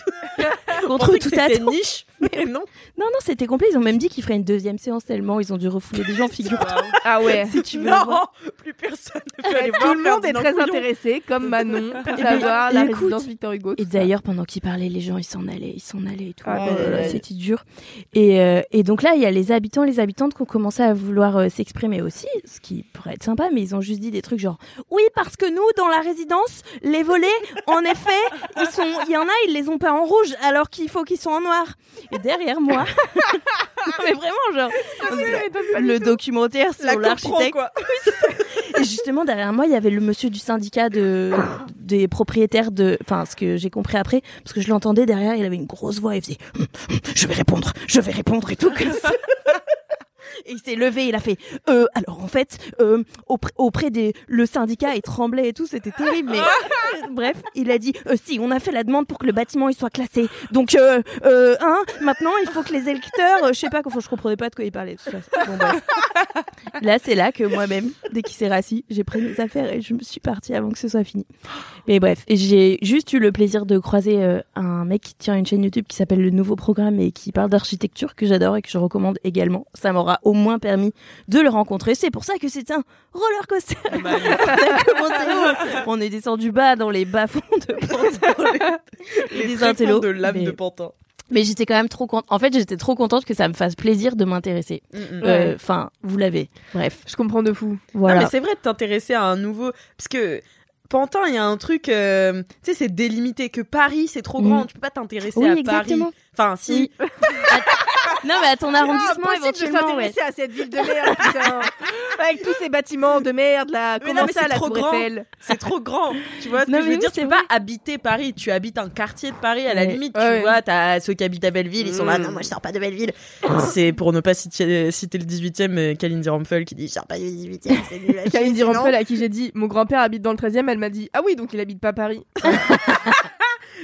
Speaker 3: On
Speaker 7: Contre
Speaker 3: pensait que
Speaker 7: toute
Speaker 3: c'était
Speaker 7: attente.
Speaker 3: niche, [laughs] mais non.
Speaker 7: Non, non, c'était complet. Ils ont même dit qu'ils feraient une deuxième séance tellement ils ont dû
Speaker 3: [laughs]
Speaker 7: refouler des gens, figure
Speaker 1: Ah
Speaker 2: [laughs]
Speaker 1: ouais.
Speaker 7: si tu veux.
Speaker 1: Non,
Speaker 7: voir.
Speaker 3: plus personne.
Speaker 7: [laughs]
Speaker 1: Tout le monde est très intéressé, comme Manon, pour savoir la
Speaker 7: Eh ben, Écoute,
Speaker 1: résidence Victor Hugo.
Speaker 7: Et d'ailleurs, pendant qu'il parlait, les gens, ils s'en allaient, ils s'en allaient et tout.
Speaker 1: Ah,
Speaker 7: Oh là
Speaker 1: ouais,
Speaker 7: là,
Speaker 1: ouais.
Speaker 7: C'était dur. Et, euh, et donc là, il y a les habitants, les habitantes qui ont commencé à vouloir euh, s'exprimer aussi, ce qui pourrait être sympa, mais ils ont juste dit des trucs genre Oui, parce que nous, dans la résidence, les volets, en effet, ils sont, il y en a, ils les ont pas en rouge, alors qu'il faut qu'ils soient en noir. Et derrière moi, [laughs] Non, mais vraiment, genre, le documentaire
Speaker 3: La
Speaker 7: sur
Speaker 3: comprend,
Speaker 7: l'architecte. [laughs]
Speaker 3: quoi.
Speaker 7: Et justement, derrière moi, il y avait le monsieur du syndicat de, des propriétaires de. Enfin, ce que j'ai compris après, parce que je l'entendais derrière, il avait une grosse voix, il faisait Hum, hum, Je vais répondre, je vais répondre et tout, comme ça. Et il s'est levé, il a fait euh, alors en fait euh, auprès, auprès des le syndicat il tremblait et tout, c'était terrible mais euh, bref, il a dit euh, si on a fait la demande pour que le bâtiment il soit classé. Donc euh, euh, hein, maintenant il faut que les électeurs euh, je sais pas enfin, je comprenais pas de quoi il parlait de toute façon. Bon, bref. Là, c'est là que moi-même, dès qu'il s'est rassis, j'ai pris mes affaires et je me suis partie avant que ce soit fini. Mais bref, j'ai juste eu le plaisir de croiser euh, un mec qui tient une chaîne YouTube qui s'appelle Le Nouveau Programme et qui parle d'architecture que j'adore et que je recommande également. Ça m'aura au moins permis de le rencontrer. C'est pour ça que c'est un roller coaster. [laughs] On a commencé haut. On est descendu bas dans les bas-fonds de Pantin.
Speaker 3: [laughs]
Speaker 7: [laughs]
Speaker 3: Les
Speaker 7: Des
Speaker 3: tréfonds
Speaker 7: intellos,
Speaker 3: de l'âme
Speaker 7: mais-
Speaker 3: de Pantin.
Speaker 7: mais j'étais quand même trop contente. En fait, j'étais trop contente que ça me fasse plaisir de m'intéresser.
Speaker 3: Mm, mm.
Speaker 7: Euh,
Speaker 3: Ouais.
Speaker 7: Enfin, vous l'avez. Bref.
Speaker 1: Je comprends de fou.
Speaker 7: Voilà.
Speaker 3: Non, mais c'est vrai de t'intéresser à un nouveau. Parce que Pantin, il y a un truc. euh, Tu sais, c'est délimité. Que Paris, c'est trop grand.
Speaker 7: Mm.
Speaker 3: Tu peux pas t'intéresser
Speaker 7: Oui,
Speaker 3: à
Speaker 7: exactement.
Speaker 3: Paris. Enfin, si.
Speaker 7: Non, mais à
Speaker 1: Ah,
Speaker 7: ton arrondissement,
Speaker 1: impossible de
Speaker 7: éventuellement. ouais.
Speaker 1: s'intéresser à cette ville de merde, putain. [laughs] Avec tous ces bâtiments de merde, là.
Speaker 3: Mais
Speaker 1: Comment
Speaker 3: non, mais
Speaker 1: ça,
Speaker 3: c'est
Speaker 1: la
Speaker 3: trop
Speaker 1: Tour
Speaker 3: grand.
Speaker 1: Eiffel
Speaker 3: [laughs] C'est trop grand. Tu vois ce
Speaker 7: Non,
Speaker 3: que je
Speaker 7: mais
Speaker 3: veux
Speaker 7: oui,
Speaker 3: dire
Speaker 7: c'est
Speaker 3: C'est pas habiter Paris. Tu habites un quartier de Paris, à la
Speaker 7: Ouais.
Speaker 3: limite.
Speaker 7: Ouais.
Speaker 3: Tu vois, t'as ceux qui habitent à Belleville. Ils sont là.
Speaker 7: Mm.
Speaker 3: Non, moi, je sors pas de Belleville. [laughs] c'est pour ne pas citer, citer le 18ème, euh, Kalindi Rumpel qui dit Je sors pas du 18ème. C'est
Speaker 7: [laughs]
Speaker 3: nul à chier,
Speaker 1: Kalindi
Speaker 3: sinon.
Speaker 1: Rampel, à qui j'ai dit Mon grand-père habite dans le 13 e elle m'a dit Ah oui, donc il habite pas Paris.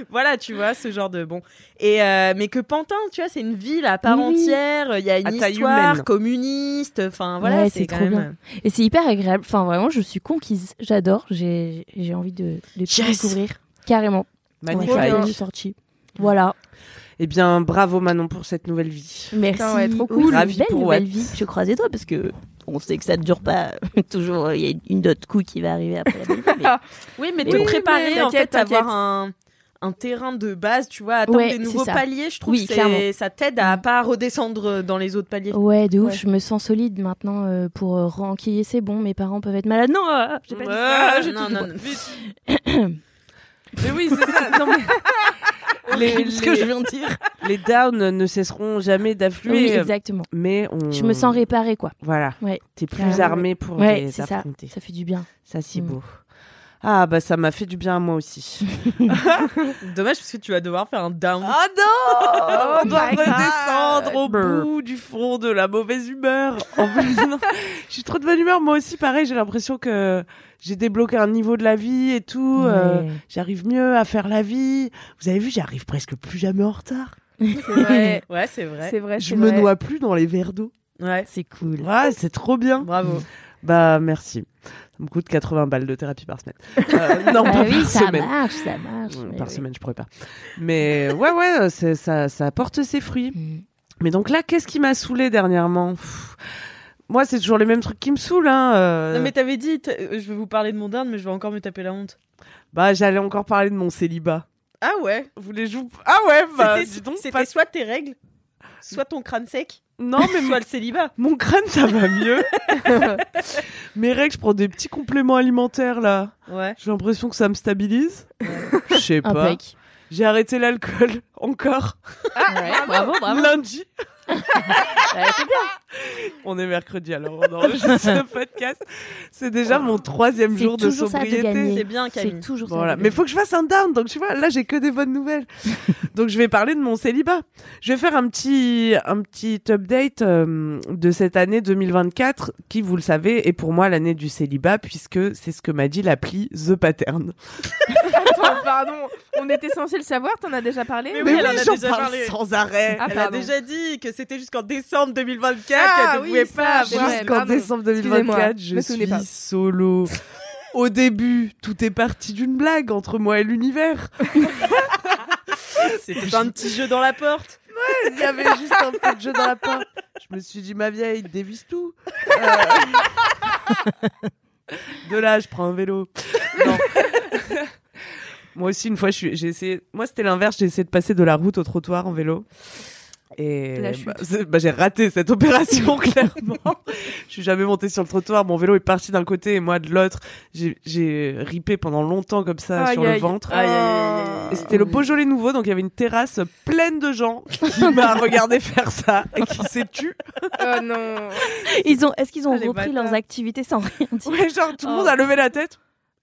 Speaker 3: Voilà, tu vois, ce genre de bon. Et euh, mais que Pantin, tu vois, c'est une ville à part
Speaker 7: Oui, oui.
Speaker 3: entière. Il y a une
Speaker 2: À taille
Speaker 3: histoire
Speaker 2: humaine.
Speaker 3: communiste. Enfin, voilà,
Speaker 7: Ouais,
Speaker 3: c'est quand
Speaker 7: trop
Speaker 3: même.
Speaker 7: bien. Et c'est hyper agréable. Enfin, vraiment, je suis conquise. J'adore. J'ai j'ai envie de, de tout
Speaker 2: Yes.
Speaker 7: découvrir. Carrément.
Speaker 2: Magnifique.
Speaker 7: Ouais, une sortie. Voilà.
Speaker 2: Eh bien, bravo Manon pour cette nouvelle vie.
Speaker 7: Merci.
Speaker 1: Putain, ouais, trop
Speaker 7: Oui,
Speaker 1: cool.
Speaker 7: une
Speaker 2: Ravi
Speaker 7: belle
Speaker 2: pour
Speaker 7: nouvelle
Speaker 2: Watt.
Speaker 7: vie. Je croisais toi parce que on sait que ça ne dure pas [laughs] toujours. Il y a une autre coup qui va arriver après la belle vie, mais-
Speaker 3: Oui, mais
Speaker 7: Mais
Speaker 3: te
Speaker 7: oui,
Speaker 3: préparer
Speaker 1: mais
Speaker 3: en fait
Speaker 1: t'inquiète,
Speaker 3: à avoir
Speaker 1: t'inquiète.
Speaker 3: un un terrain de base, tu vois, atteindre
Speaker 7: Ouais,
Speaker 3: des
Speaker 7: c'est
Speaker 3: nouveaux
Speaker 7: ça.
Speaker 3: paliers, je trouve
Speaker 7: Oui,
Speaker 3: que
Speaker 7: clairement. Oh.
Speaker 3: c'est- ça t'aide à pas redescendre dans les autres paliers.
Speaker 7: Ouais, de ouf,
Speaker 3: Ouais.
Speaker 7: je me sens solide maintenant euh, pour euh, renquiller. C'est bon, mes parents peuvent être malades. Non, ah, j'ai pas dit ça.
Speaker 3: Ouais,
Speaker 7: j'ai
Speaker 3: non,
Speaker 7: tout dit,
Speaker 3: non,
Speaker 7: quoi.
Speaker 3: non.
Speaker 2: Mais oui, c'est ça. Non, mais... les,
Speaker 7: Ce que je
Speaker 2: les,
Speaker 7: viens de dire.
Speaker 2: [laughs] les downs ne cesseront jamais d'affluer.
Speaker 7: Oui, exactement.
Speaker 2: Mais euh, on...
Speaker 7: Je me sens réparée, quoi.
Speaker 2: Voilà.
Speaker 7: Ouais.
Speaker 2: T'es plus
Speaker 7: Carrément.
Speaker 2: armé pour
Speaker 7: Ouais,
Speaker 2: les
Speaker 7: c'est ça.
Speaker 2: affronter. Ça,
Speaker 7: Ça fait du bien.
Speaker 2: c'est
Speaker 7: Mm.
Speaker 2: beau. Ah, bah ça m'a fait du bien à moi aussi.
Speaker 3: Dommage parce que tu vas devoir faire un down.
Speaker 2: [laughs] Ah non On doit
Speaker 1: my God.
Speaker 2: redescendre au
Speaker 7: Brr.
Speaker 2: bout du fond de la mauvaise humeur. [laughs] En plus, non, je suis trop de bonne humeur. Moi aussi, pareil, j'ai l'impression que j'ai débloqué un niveau de la vie et tout. euh,
Speaker 7: Ouais.
Speaker 2: J'arrive mieux à faire la vie. Vous avez vu, j'arrive presque plus jamais en retard.
Speaker 1: [laughs] C'est vrai.
Speaker 3: [laughs] Ouais, c'est vrai.
Speaker 1: C'est vrai.
Speaker 2: Je
Speaker 1: c'est
Speaker 2: me
Speaker 1: vrai.
Speaker 2: noie plus dans les verres d'eau.
Speaker 3: Ouais.
Speaker 7: C'est cool.
Speaker 2: Ouais, c'est trop bien.
Speaker 3: Bravo.
Speaker 2: Bah, merci. Ça me coûte 80 balles de thérapie par semaine.
Speaker 7: [laughs]
Speaker 2: Euh, non,
Speaker 7: Bah
Speaker 2: pas
Speaker 7: oui,
Speaker 2: par
Speaker 7: ça
Speaker 2: semaine.
Speaker 7: marche, ça marche,
Speaker 2: Ouais,
Speaker 7: mais
Speaker 2: Par
Speaker 7: oui.
Speaker 2: semaine, je pourrais pas. Mais ouais, ouais, euh, c'est- ça, ça porte ses fruits.
Speaker 7: Mm.
Speaker 2: Mais donc là, qu'est-ce qui m'a saoulé dernièrement Pff, Moi, c'est toujours les mêmes trucs qui me saoulent. Hein, euh.
Speaker 3: Non, mais t'avais dit, t- euh, je vais vous parler de mon dinde, mais je vais encore me taper la honte.
Speaker 2: Bah, j'allais encore parler de mon célibat.
Speaker 3: Ah ouais
Speaker 2: Vous voulez jouer Ah ouais, bah, dis donc,
Speaker 3: C'était soit tes règles, soit ton crâne sec.
Speaker 2: Non, mais
Speaker 3: soit le célibat.
Speaker 2: Mon crâne, ça va
Speaker 7: [laughs]
Speaker 2: mieux. Mes règles, je prends des petits compléments alimentaires là.
Speaker 3: Ouais.
Speaker 2: J'ai l'impression que ça me
Speaker 7: [laughs]
Speaker 2: stabilise. Je sais
Speaker 3: Un
Speaker 2: pas.
Speaker 3: break.
Speaker 2: J'ai arrêté l'alcool [laughs] encore.
Speaker 6: bravo,
Speaker 2: [laughs]
Speaker 3: Ah
Speaker 6: bravo.
Speaker 3: [laughs]
Speaker 2: Lundi.
Speaker 3: Bah, hein.
Speaker 2: On est mercredi alors on enregistre
Speaker 3: [laughs]
Speaker 2: ce podcast. C'est déjà mon troisième
Speaker 3: C'est
Speaker 2: jour de
Speaker 3: toujours ça de
Speaker 2: sobriété.
Speaker 3: gagner. C'est bien, Camille. C'est toujours ça
Speaker 2: Voilà.
Speaker 3: de gagner.
Speaker 2: Mais faut que je fasse un down. Donc tu vois, là j'ai que des bonnes
Speaker 3: [laughs]
Speaker 2: nouvelles. donc je vais parler de mon célibat. Je vais faire un petit un petit update euh, de cette année 2024 qui, vous le savez, est pour moi l'année du célibat puisque c'est ce que m'a dit l'appli The Pattern.
Speaker 1: Attends, pardon, on était censé le savoir, t'en as déjà parlé
Speaker 3: Mais oui, elle en a déjà parlé.
Speaker 1: Ah,
Speaker 3: elle a
Speaker 1: pardon.
Speaker 3: déjà dit que c'était jusqu'en décembre 2024
Speaker 1: Ah,
Speaker 3: qu'elle ne
Speaker 1: oui,
Speaker 3: pouvait
Speaker 1: ça,
Speaker 3: pas
Speaker 1: c'est
Speaker 3: avoir.
Speaker 1: vrai,
Speaker 2: Jusqu'en
Speaker 1: pardon.
Speaker 2: décembre
Speaker 1: Excusez-moi,
Speaker 2: 2024,
Speaker 1: je
Speaker 2: je
Speaker 1: me souvenais
Speaker 2: suis
Speaker 1: pas.
Speaker 2: solo. Au début, tout est parti d'une blague entre moi et l'univers.
Speaker 3: [laughs] C'était un petit jeu dans la porte.
Speaker 2: Ouais, il y avait juste un peu de jeu dans la porte. Je me suis dit, ma vieille, dévisse tout. Euh, De là, je prends un vélo. Non. Moi aussi, une fois, je suis- j'ai essayé. Moi, c'était l'inverse. J'ai essayé de passer de la route au trottoir en vélo. Et
Speaker 3: La
Speaker 2: bah,
Speaker 3: chute.
Speaker 2: c'est- bah, j'ai raté cette opération, [laughs] clairement. je suis jamais montée sur le trottoir. Mon vélo est parti d'un côté et moi de l'autre. J'ai- J'ai ripé pendant longtemps comme ça
Speaker 3: Aïe,
Speaker 2: sur
Speaker 3: aïe. Ah,
Speaker 2: le ventre.
Speaker 3: Aïe, aïe, aïe, aïe, aïe.
Speaker 2: Et
Speaker 7: Ah,
Speaker 2: c'était le Beaujolais nouveau, donc il y avait une terrasse pleine de gens qui
Speaker 7: [laughs]
Speaker 2: m'a regardé faire ça et qui s'est tu.
Speaker 1: Oh non.
Speaker 7: Ils ont, est-ce qu'ils
Speaker 2: Ah,
Speaker 7: ont
Speaker 1: les
Speaker 7: repris leurs activités sans rien dire
Speaker 2: Ouais, genre tout le
Speaker 7: Oh.
Speaker 2: monde a levé la tête.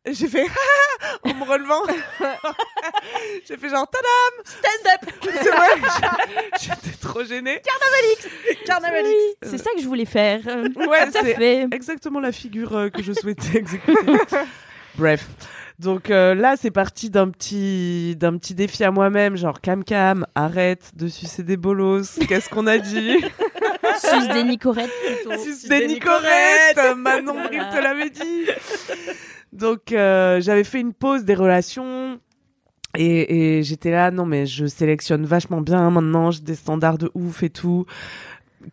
Speaker 2: Et j'ai fait [laughs] en me relevant. [laughs] j'ai fait genre tadam
Speaker 3: Stand up
Speaker 2: C'est vrai, [laughs] j'étais trop gênée.
Speaker 3: Carnavalix Carnavalix
Speaker 7: Oui, c'est ça que je voulais faire.
Speaker 2: Ouais,
Speaker 7: ça
Speaker 2: c'est
Speaker 7: fait.
Speaker 2: exactement la figure euh, que je souhaitais [laughs] exécuter. Bref. Donc euh, là, c'est parti d'un petit d'un petit défi à moi-même, genre cam cam, arrête de sucer des bolos. Qu'est-ce qu'on a dit
Speaker 7: Suce des nicorettes plutôt.
Speaker 2: Suce des nicorettes, [laughs] Manon Bril
Speaker 7: Voilà.
Speaker 2: te l'avait dit. Donc euh, j'avais fait une pause des relations. Et, et j'étais là, non mais je sélectionne vachement bien maintenant, j'ai des standards de ouf et tout,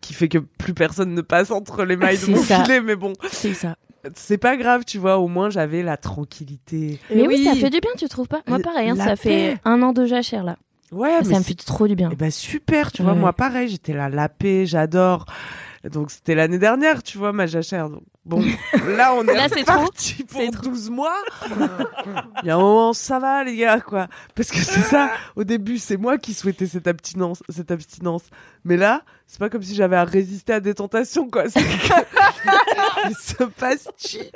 Speaker 2: qui fait que plus personne ne passe entre les mailles de
Speaker 7: C'est
Speaker 2: mon
Speaker 7: ça.
Speaker 2: filet, mais bon.
Speaker 7: C'est ça.
Speaker 2: C'est pas grave, tu vois, au moins j'avais la tranquillité.
Speaker 7: Mais oui, ça fait du bien, tu trouves pas Moi,
Speaker 2: La-
Speaker 7: pareil, hein,
Speaker 2: la
Speaker 7: ça fait
Speaker 2: paix.
Speaker 7: un an de jachère là.
Speaker 2: Ouais,
Speaker 7: Ah, ça me fait trop du bien.
Speaker 2: Et ben super, tu vois,
Speaker 7: hein. Ouais.
Speaker 2: moi pareil, j'étais là, la paix, j'adore. Donc c'était l'année dernière, tu vois, ma jachère. Donc,
Speaker 7: [laughs]
Speaker 2: bon, là on est,
Speaker 7: Là, c'est trop.
Speaker 2: parti pour 12 mois. Il y a un moment, ça va les gars, quoi. Parce que c'est ça, au début, c'est moi qui souhaitais cette abstinence, cette abstinence. Mais là, c'est pas comme si j'avais à résister à des tentations, quoi. C'est que- [laughs] Il se passe chi.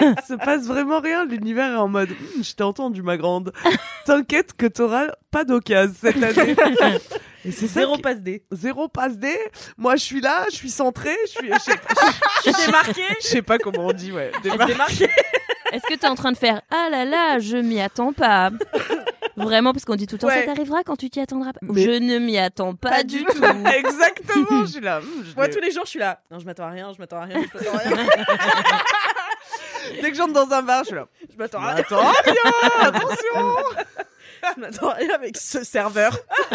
Speaker 2: Il se passe vraiment rien. L'univers est en mode, Hum, je t'ai entendu, ma grande. T'inquiète que t'auras pas d'occasion cette [laughs] année. Et c'est ça
Speaker 3: Zéro
Speaker 2: qui-
Speaker 3: passe D.
Speaker 2: Zéro passe D. Moi, je suis là, je suis centrée, je suis. Je sais pas,
Speaker 3: [laughs] Je t'ai marqué
Speaker 2: je sais pas comment on dit, ouais.
Speaker 7: Elle se
Speaker 3: démarquée.
Speaker 7: [laughs] Est-ce que t'es en train de faire Ah là là, je m'y attends pas Vraiment, parce qu'on dit tout le temps
Speaker 2: Ouais.
Speaker 7: ça t'arrivera quand tu t'y attendras pas.
Speaker 2: Mais-
Speaker 7: Je ne m'y attends pas, du tout.
Speaker 2: Exactement, je suis là.
Speaker 3: Moi,
Speaker 2: l'ai-
Speaker 3: tous les jours, je suis là. Non, je m'attends à rien, je m'attends à rien, je m'attends à rien.
Speaker 2: Dès que j'entre dans un bar, je suis là.
Speaker 3: Je m'attends à rien.
Speaker 2: Attends, bien,
Speaker 3: [laughs]
Speaker 2: attention.
Speaker 3: Je m'attends à rien avec ce serveur.
Speaker 2: [laughs]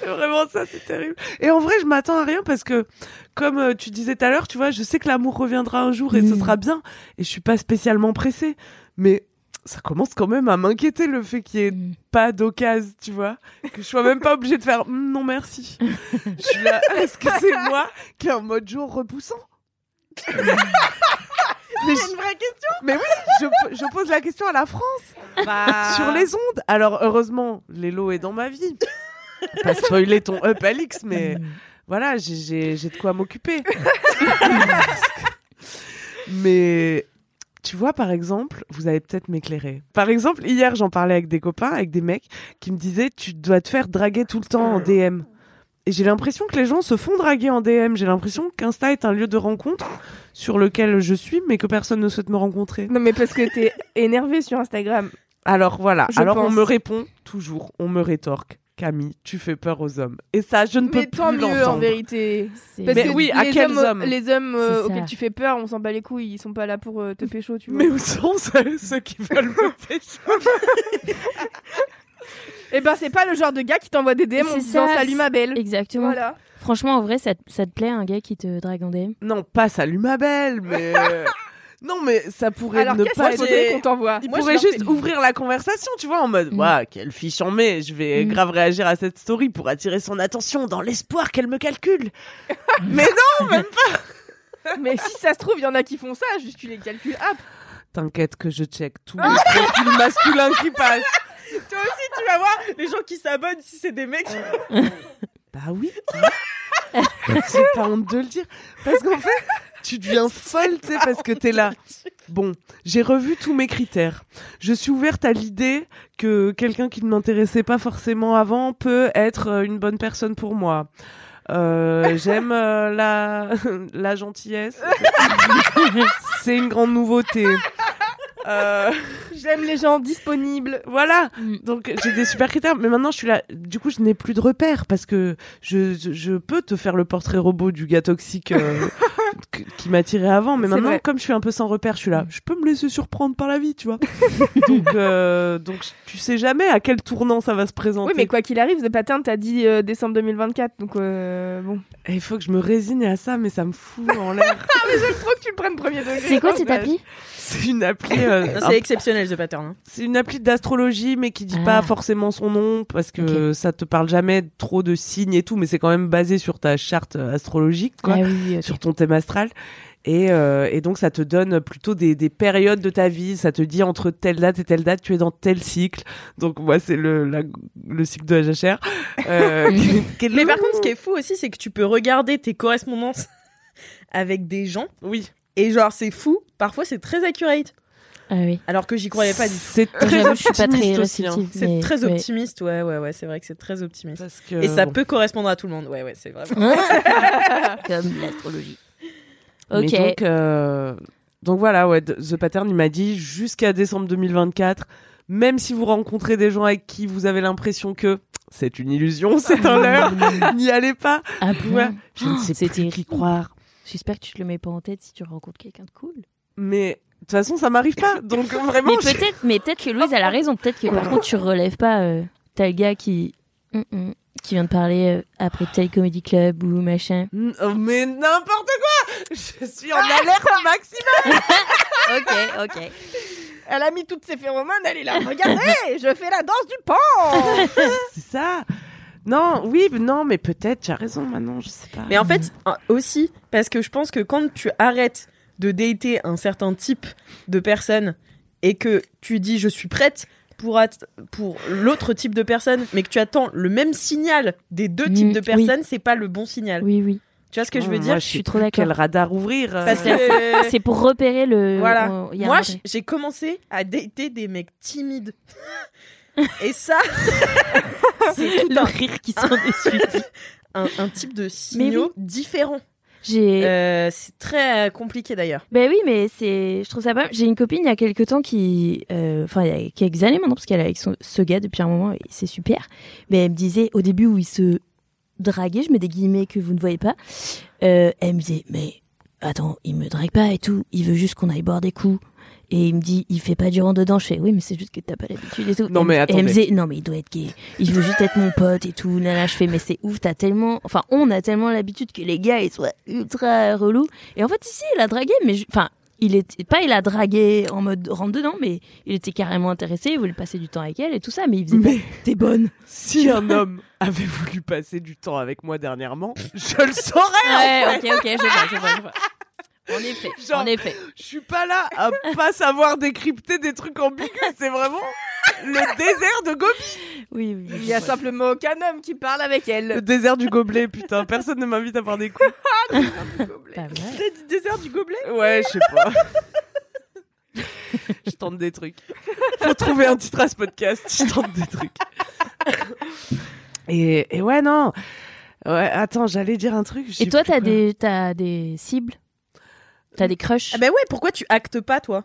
Speaker 2: C'est vraiment ça, c'est terrible. Et en vrai, je m'attends à rien parce que, comme euh, tu disais tout à l'heure, tu vois, je sais que l'amour reviendra un jour et
Speaker 3: Mm.
Speaker 2: ce sera bien. Et je suis pas spécialement pressée. Mais ça commence quand même à m'inquiéter le fait qu'il y ait
Speaker 3: Mm.
Speaker 2: pas d'occasion, tu vois. Que je sois même pas obligée de faire Mm, non merci. je suis là, [laughs] est-ce que c'est moi qui est en mode jour repoussant mais, je-
Speaker 3: Mm. Vraie question
Speaker 2: mais oui, je, po- je pose la question à la France
Speaker 3: Bah.
Speaker 2: sur les ondes. Alors heureusement, Lélo est dans ma vie. [laughs] Pas spoiler ton up Alix, mais [laughs] voilà, j'ai- j'ai j'ai de quoi [laughs] m'occuper. mais tu vois, par exemple, vous allez peut-être m'éclairer. Par exemple, hier, j'en parlais avec des copains, avec des mecs qui me disaient tu dois te faire draguer tout le temps en DM. Et j'ai l'impression que les gens se font draguer en DM. J'ai l'impression qu'Insta est un lieu de rencontre sur lequel je suis, mais que personne ne souhaite me rencontrer.
Speaker 1: Non mais parce que t'es énervé sur Instagram.
Speaker 2: Alors voilà,
Speaker 1: Je
Speaker 2: alors on
Speaker 1: pense.
Speaker 2: me répond toujours, on me rétorque. Camille, tu fais peur aux hommes. Et ça, je ne peux
Speaker 1: mais
Speaker 2: plus
Speaker 1: tant mieux en
Speaker 2: l'entendre.
Speaker 1: vérité.
Speaker 2: C'est-
Speaker 1: Parce
Speaker 2: Mais
Speaker 1: que
Speaker 2: oui, à
Speaker 1: les
Speaker 2: quels
Speaker 1: hommes,
Speaker 2: hommes
Speaker 1: Les hommes euh,
Speaker 2: C'est ça.
Speaker 1: auxquels tu fais peur, on s'en bat les couilles, ils sont pas là pour euh, te pécho, tu vois.
Speaker 2: Mais où sont ceux, ceux qui
Speaker 1: [laughs]
Speaker 2: veulent me pécho
Speaker 1: Eh ben, c'est pas le genre de gars qui t'envoie des DM en
Speaker 7: C'est
Speaker 1: disant
Speaker 7: ça,
Speaker 1: salut ma belle.
Speaker 7: Exactement.
Speaker 1: Voilà.
Speaker 7: Franchement, en vrai, ça, te- ça te plaît un gars qui te drague en DM
Speaker 2: Non, pas salut ma belle,
Speaker 1: [laughs]
Speaker 2: mais. non, mais ça pourrait
Speaker 1: Alors,
Speaker 2: ne
Speaker 1: qu'est-ce
Speaker 2: pas
Speaker 1: que c'est qu'on
Speaker 2: être.
Speaker 1: t'envoie
Speaker 2: Il
Speaker 1: Moi, je
Speaker 2: pourrait
Speaker 1: leur
Speaker 2: juste
Speaker 1: fais-
Speaker 2: ouvrir la conversation, tu vois, en mode Waouh, quelle fille charmée, je vais
Speaker 1: Mm.
Speaker 2: grave réagir à cette story pour attirer son attention dans l'espoir qu'elle me calcule. mais non, même pas
Speaker 1: Mais si ça se trouve, il y en a qui font ça, juste tu les Ah, calcules. Hop
Speaker 2: T'inquiète que je check
Speaker 1: [laughs]
Speaker 2: tous les profils masculins qui passent.
Speaker 3: Toi aussi, tu vas voir les gens qui s'abonnent si c'est des mecs.
Speaker 2: Bah oui. [laughs] J'ai pas honte de le dire. Parce qu'en fait, [laughs] tu deviens folle, [laughs] tu sais, parce que t'es là. Bon, j'ai revu tous mes critères. Je suis ouverte à l'idée que quelqu'un qui ne m'intéressait pas forcément avant peut être euh, une bonne personne pour moi. [laughs] Euh, J'aime euh, la... [laughs] la gentillesse. C'est une grande nouveauté. Euh,
Speaker 1: J'aime les gens disponibles.
Speaker 2: Voilà.
Speaker 1: Mm.
Speaker 2: Donc j'ai des super critères, mais maintenant je suis là. Du coup, je n'ai plus de repères parce que je, je, je peux te faire le portrait robot du gars
Speaker 1: [laughs]
Speaker 2: toxique euh, que- qui m'attirait avant, mais
Speaker 1: C'est
Speaker 2: maintenant
Speaker 1: vrai. Mm.
Speaker 2: comme je suis un peu sans repère, je suis là. Je peux me laisser surprendre par la
Speaker 1: [laughs]
Speaker 2: vie, tu vois. donc euh, donc tu sais jamais à quel tournant ça va se présenter.
Speaker 1: Oui, mais quoi qu'il arrive, The Pattern t'as dit euh, décembre 2024, donc euh, bon.
Speaker 2: Et Eh, il faut que je me résigne à ça, mais ça me fout en
Speaker 1: [laughs]
Speaker 2: l'air.
Speaker 1: Ah, mais j'aime trop que tu le prennes premier degré. Oh,
Speaker 7: C'est quoi cette appli
Speaker 2: C'est une appli. euh,
Speaker 3: Ça,
Speaker 2: un-
Speaker 3: C'est exceptionnel, The Pattern. hein.
Speaker 2: C'est une appli d'astrologie, mais qui dit
Speaker 3: Ah.
Speaker 2: pas forcément son nom parce que ça te parle jamais trop de signes et tout, mais c'est quand même basé sur ta charte euh, astrologique, quoi,
Speaker 7: Ah oui, ok.
Speaker 2: sur ton thème astral. Et, euh, et donc ça te donne plutôt des, des périodes de ta vie. Ça te dit entre telle date et telle date, tu es dans tel cycle. Donc moi c'est le la- le cycle de la jachère.
Speaker 3: [laughs]
Speaker 2: Euh, qui- qui est
Speaker 3: Mais par contre, ce qui est fou aussi, c'est que tu peux regarder tes correspondances [laughs] avec des gens.
Speaker 2: Oui.
Speaker 3: Et genre, c'est fou. Parfois, c'est très accurate.
Speaker 7: Ah oui.
Speaker 3: Alors que j'y croyais pas du tout.
Speaker 2: C'est très
Speaker 3: J'avoue,
Speaker 2: optimiste
Speaker 3: je suis pas très
Speaker 2: aussi. hein.
Speaker 3: réceptive, C'est très optimiste, ouais, ouais, ouais, c'est vrai que c'est très optimiste.
Speaker 2: que,
Speaker 3: Et ça
Speaker 2: Euh, bon.
Speaker 3: peut correspondre à tout le monde, ouais, ouais, c'est vraiment.
Speaker 7: Ah, Comme l'astrologie.
Speaker 2: Mais
Speaker 7: Ok.
Speaker 2: donc, euh, donc voilà, ouais, The The Pattern, il m'a dit jusqu'à décembre 2024, même si vous rencontrez des gens avec qui vous avez l'impression que c'est une illusion, [laughs] c'est un leurre, n'y allez pas. Ouais, je ne sais plus qui croire.
Speaker 7: Ah J'espère que tu te le mets pas en tête si tu rencontres quelqu'un de cool.
Speaker 2: Mais de toute façon, ça m'arrive pas. [laughs] Donc vraiment,
Speaker 7: mais
Speaker 2: Ah je-
Speaker 7: peut-être, mais peut-être que Louise elle a raison. Peut-être que par contre tu relèves pas. euh, T'as le gars qui hum, hum, qui vient de parler euh, après tel comedy club ou machin.
Speaker 2: Mm, oh, mais n'importe quoi Je suis en alerte maximum
Speaker 7: ok, ok.
Speaker 1: Elle a mis toutes ses phéromones, elle est là. Regardez, [laughs] je fais la danse du pan
Speaker 2: [laughs] c'est ça. Non, oui, mais non, mais peut-être, tu as raison, Manon, je sais pas.
Speaker 3: Mais en fait, un- aussi, parce que je pense que quand tu arrêtes de dater un certain type de personne et que tu dis je suis prête pour, at- pour l'autre type de personne, mais que tu attends le même signal des
Speaker 2: Mm,
Speaker 3: deux types de personnes, c'est pas le bon signal.
Speaker 7: Oui, oui.
Speaker 3: Tu vois ce que je
Speaker 2: Oh,
Speaker 3: veux
Speaker 2: moi,
Speaker 3: dire
Speaker 2: je suis Je suis trop plus d'accord. quel radar ouvrir, euh.
Speaker 3: Parce que-
Speaker 7: C'est c'est pour repérer le.
Speaker 3: Voilà.
Speaker 7: euh, il y a un
Speaker 3: Moi,
Speaker 7: repère.
Speaker 3: j- j'ai commencé à dater des mecs
Speaker 7: [laughs]
Speaker 3: timides. Et ça, c'est tout
Speaker 7: Le
Speaker 3: un
Speaker 7: rire qui s'en est suivi.
Speaker 3: Un, un type de signaux différent.
Speaker 7: J'ai.
Speaker 3: Euh, c'est très euh, compliqué d'ailleurs.
Speaker 7: Ben oui, mais c'est, je trouve ça pas. mal. J'ai une copine il y a quelques temps qui, euh, enfin il y a quelques années maintenant, parce qu'elle est avec son- ce gars depuis un moment et c'est super. Mais elle me disait au début où il se draguait, je mets des guillemets que vous ne voyez pas. euh, elle me disait mais attends, il me drague pas et tout, il veut juste qu'on aille boire des coups. Et il me dit, il fait pas du rang dedans. Je fais, oui, mais c'est juste que t'as pas l'habitude et tout.
Speaker 2: Non,
Speaker 7: Et elle-
Speaker 2: mais
Speaker 7: et elle me
Speaker 2: attendez.
Speaker 7: disait, non, mais il doit être gay. Il veut juste être mon pote et tout. Nana, je fais, mais c'est ouf, t'as tellement. Enfin, on a tellement l'habitude que les gars, ils soient ultra relous. Et en fait, ici, il a dragué, mais. je- Enfin, il était. Pas il a dragué en mode rentre dedans, mais il était carrément intéressé, il voulait passer du temps avec elle et tout ça. Mais il faisait pas, T'es bonne.
Speaker 2: Si un homme avait voulu passer du temps avec moi dernièrement, je le saurais.
Speaker 7: Ouais, ok, ok, je vois, je vois, je vois. En effet,
Speaker 2: Ah, Genre,
Speaker 7: en effet.
Speaker 2: Je suis pas là à pas savoir décrypter des trucs ambigus. C'est vraiment le désert de Gobi.
Speaker 7: Oui, oui.
Speaker 1: Il y a simplement aucun homme qui parle avec
Speaker 2: Le
Speaker 1: elle.
Speaker 2: désert du gobelet, putain. Personne ne m'invite à boire des coups.
Speaker 3: T'as dit désert du gobelet
Speaker 2: Ouais, je sais pas. Je tente des trucs. Faut trouver un titre à ce podcast. Je tente des trucs. Et, et ouais, non. Ouais, attends, j'allais dire un truc. je
Speaker 7: Et
Speaker 2: sais
Speaker 7: toi,
Speaker 2: plus quoi.
Speaker 7: t'as des, t'as des cibles T'as des crushs
Speaker 2: Ah bah,
Speaker 3: bah Ah ben ouais, pourquoi tu actes pas toi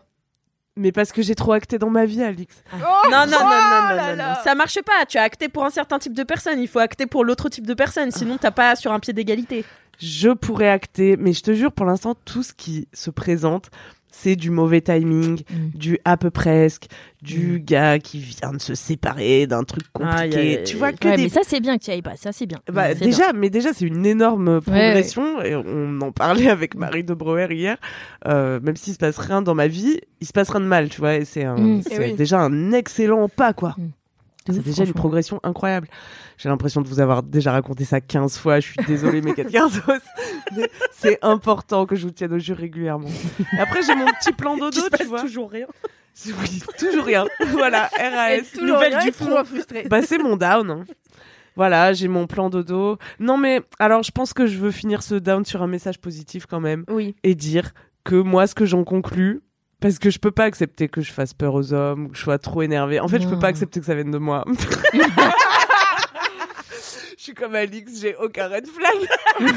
Speaker 2: Mais parce que j'ai trop acté dans ma vie, Alix.
Speaker 3: non, non, non,
Speaker 2: oh
Speaker 3: non, non,
Speaker 2: là
Speaker 3: non,
Speaker 2: là.
Speaker 3: non. Ça marche pas. Tu as acté pour un certain type de personne. Il faut acter pour l'autre type de personne.
Speaker 7: Ah.
Speaker 3: Sinon, t'as pas sur un pied d'égalité.
Speaker 2: Je pourrais acter, mais je te jure, pour l'instant, tout ce qui se présente, c'est du mauvais timing,
Speaker 7: Hmm.
Speaker 2: du à peu presque, du gars qui vient de se séparer d'un truc compliqué.
Speaker 7: Mm. Aïe, aïe, aïe,
Speaker 2: Tu
Speaker 7: aïe.
Speaker 2: vois que
Speaker 7: Ouais,
Speaker 2: des
Speaker 7: mais ça c'est bien que tu y ailles pas, ça c'est bien.
Speaker 2: Bah,
Speaker 7: C'est
Speaker 2: déjà,
Speaker 7: bien.
Speaker 2: mais déjà, c'est une énorme progression. Et on en parlait
Speaker 7: Mm.
Speaker 2: avec Marie de Brouwer hier. Euh, même s'il se passe rien dans ma vie, il se passe rien de mal, tu vois. Et c'est un-
Speaker 7: Mm.
Speaker 2: c'est
Speaker 7: Eh oui. Mm.
Speaker 2: déjà un excellent pas, quoi.
Speaker 7: De
Speaker 2: C'est
Speaker 7: ouf,
Speaker 2: déjà une
Speaker 7: franchement.
Speaker 2: progression incroyable. J'ai l'impression de vous avoir déjà raconté ça 15 fois. Je suis désolée, mes 4
Speaker 7: [laughs]
Speaker 2: Mais c'est important que je vous tienne au jeu régulièrement. Et après, j'ai mon petit plan dodo, tu vois.
Speaker 3: toujours rien.
Speaker 2: Oui, toujours rien. [laughs] Voilà,
Speaker 1: Et
Speaker 2: RAS,
Speaker 1: toujours
Speaker 2: nouvelle
Speaker 1: rien,
Speaker 2: du
Speaker 1: et toujours
Speaker 2: front. [laughs]
Speaker 1: frustré.
Speaker 2: Bah, c'est mon down. hein. Voilà, j'ai mon plan dodo. Non, mais alors, je pense que je veux finir ce down sur un message positif quand même.
Speaker 1: Oui.
Speaker 2: Et dire que moi, ce que j'en conclus, parce que je peux pas accepter que je fasse peur aux hommes, ou que je sois trop énervée. En fait, je peux pas accepter que ça vienne de moi. Je suis comme Alix, j'ai aucun red flag.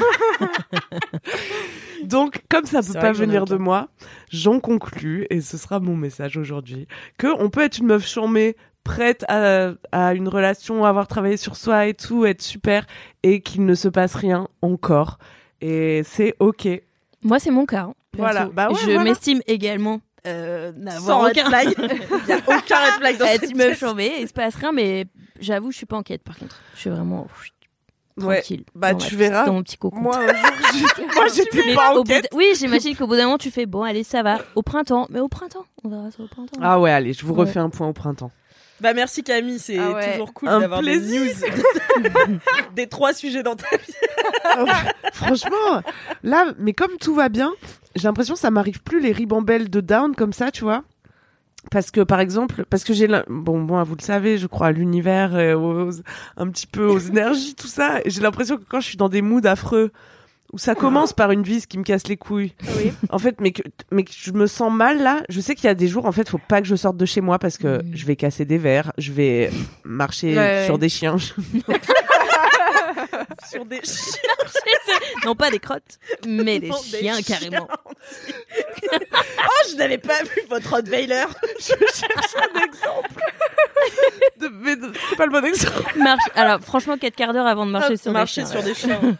Speaker 2: [laughs] Donc, comme ça peut
Speaker 3: C'est
Speaker 2: pas
Speaker 3: vrai que j'en ai
Speaker 2: venir
Speaker 3: aucun.
Speaker 2: de moi, j'en conclus, et ce sera mon message aujourd'hui, que on peut être une meuf charmée, prête à, à une relation, à avoir travaillé sur soi et tout, être super, et qu'il ne se passe rien encore. Et c'est OK.
Speaker 7: Moi c'est mon cas. hein,
Speaker 2: Voilà,
Speaker 7: perso.
Speaker 2: bah ouais,
Speaker 7: je
Speaker 2: voilà.
Speaker 7: m'estime
Speaker 2: [laughs]
Speaker 7: également euh, n'avoir
Speaker 3: Sans
Speaker 7: aucun
Speaker 3: red
Speaker 7: [laughs]
Speaker 3: flag. Il y a aucun red flag dans
Speaker 7: Être
Speaker 3: cette
Speaker 7: meuf
Speaker 3: pièce.
Speaker 7: chambée, il se passe rien, mais j'avoue je suis pas inquiète par contre. Je suis vraiment pff,
Speaker 2: Ouais.
Speaker 7: tranquille.
Speaker 2: Bah,
Speaker 7: dans ma
Speaker 2: tu
Speaker 7: petite-
Speaker 2: verras.
Speaker 7: Dans mon petit cocon.
Speaker 2: Moi, un jour, j'étais- [laughs] moi, j'étais
Speaker 7: Mais
Speaker 2: pas
Speaker 7: au
Speaker 2: en
Speaker 7: bout d'-
Speaker 2: quête.
Speaker 7: Oui, j'imagine qu'au bout d'un moment tu fais bon, allez, ça va. Au printemps, mais au printemps, on verra ça au printemps.
Speaker 2: Ah ouais, allez, je vous
Speaker 7: Ouais.
Speaker 2: refais un point au printemps.
Speaker 3: Bah merci Camille, c'est
Speaker 7: Ah ouais.
Speaker 3: toujours cool
Speaker 2: Un
Speaker 3: d'avoir des
Speaker 2: plaisir.
Speaker 3: news des trois sujets dans ta vie.
Speaker 2: Franchement, là, mais comme tout va bien, j'ai l'impression que ça m'arrive plus les ribambelles de down comme ça, tu vois. Parce que, par exemple, parce que j'ai, l'im- bon, moi, vous le savez, je crois à l'univers, euh, aux- un petit peu aux énergies, tout ça. Et j'ai l'impression que quand je suis dans des moods affreux, où ça commence par une vis qui me casse les couilles. En fait, mais que, mais que je me sens mal là. Je sais qu'il y a des jours, en fait, faut pas que je sorte de chez moi parce que je vais casser des verres, je vais marcher
Speaker 7: Ouais,
Speaker 2: sur
Speaker 7: ouais.
Speaker 2: des chiens.
Speaker 3: Sur des chiens.
Speaker 7: [laughs] non pas des crottes, mais des
Speaker 3: Non, des
Speaker 7: chiens
Speaker 3: chiens.
Speaker 7: carrément.
Speaker 3: Oh, je n'avais pas vu votre Rottweiler.
Speaker 2: je cherche un exemple. [laughs] De- mais de- c'est pas le bon exemple.
Speaker 7: Marche. Alors franchement, quatre quarts d'heure avant de marcher sur
Speaker 3: Ah, Marcher
Speaker 7: des chiens.
Speaker 3: sur
Speaker 7: ouais.
Speaker 3: des chiens.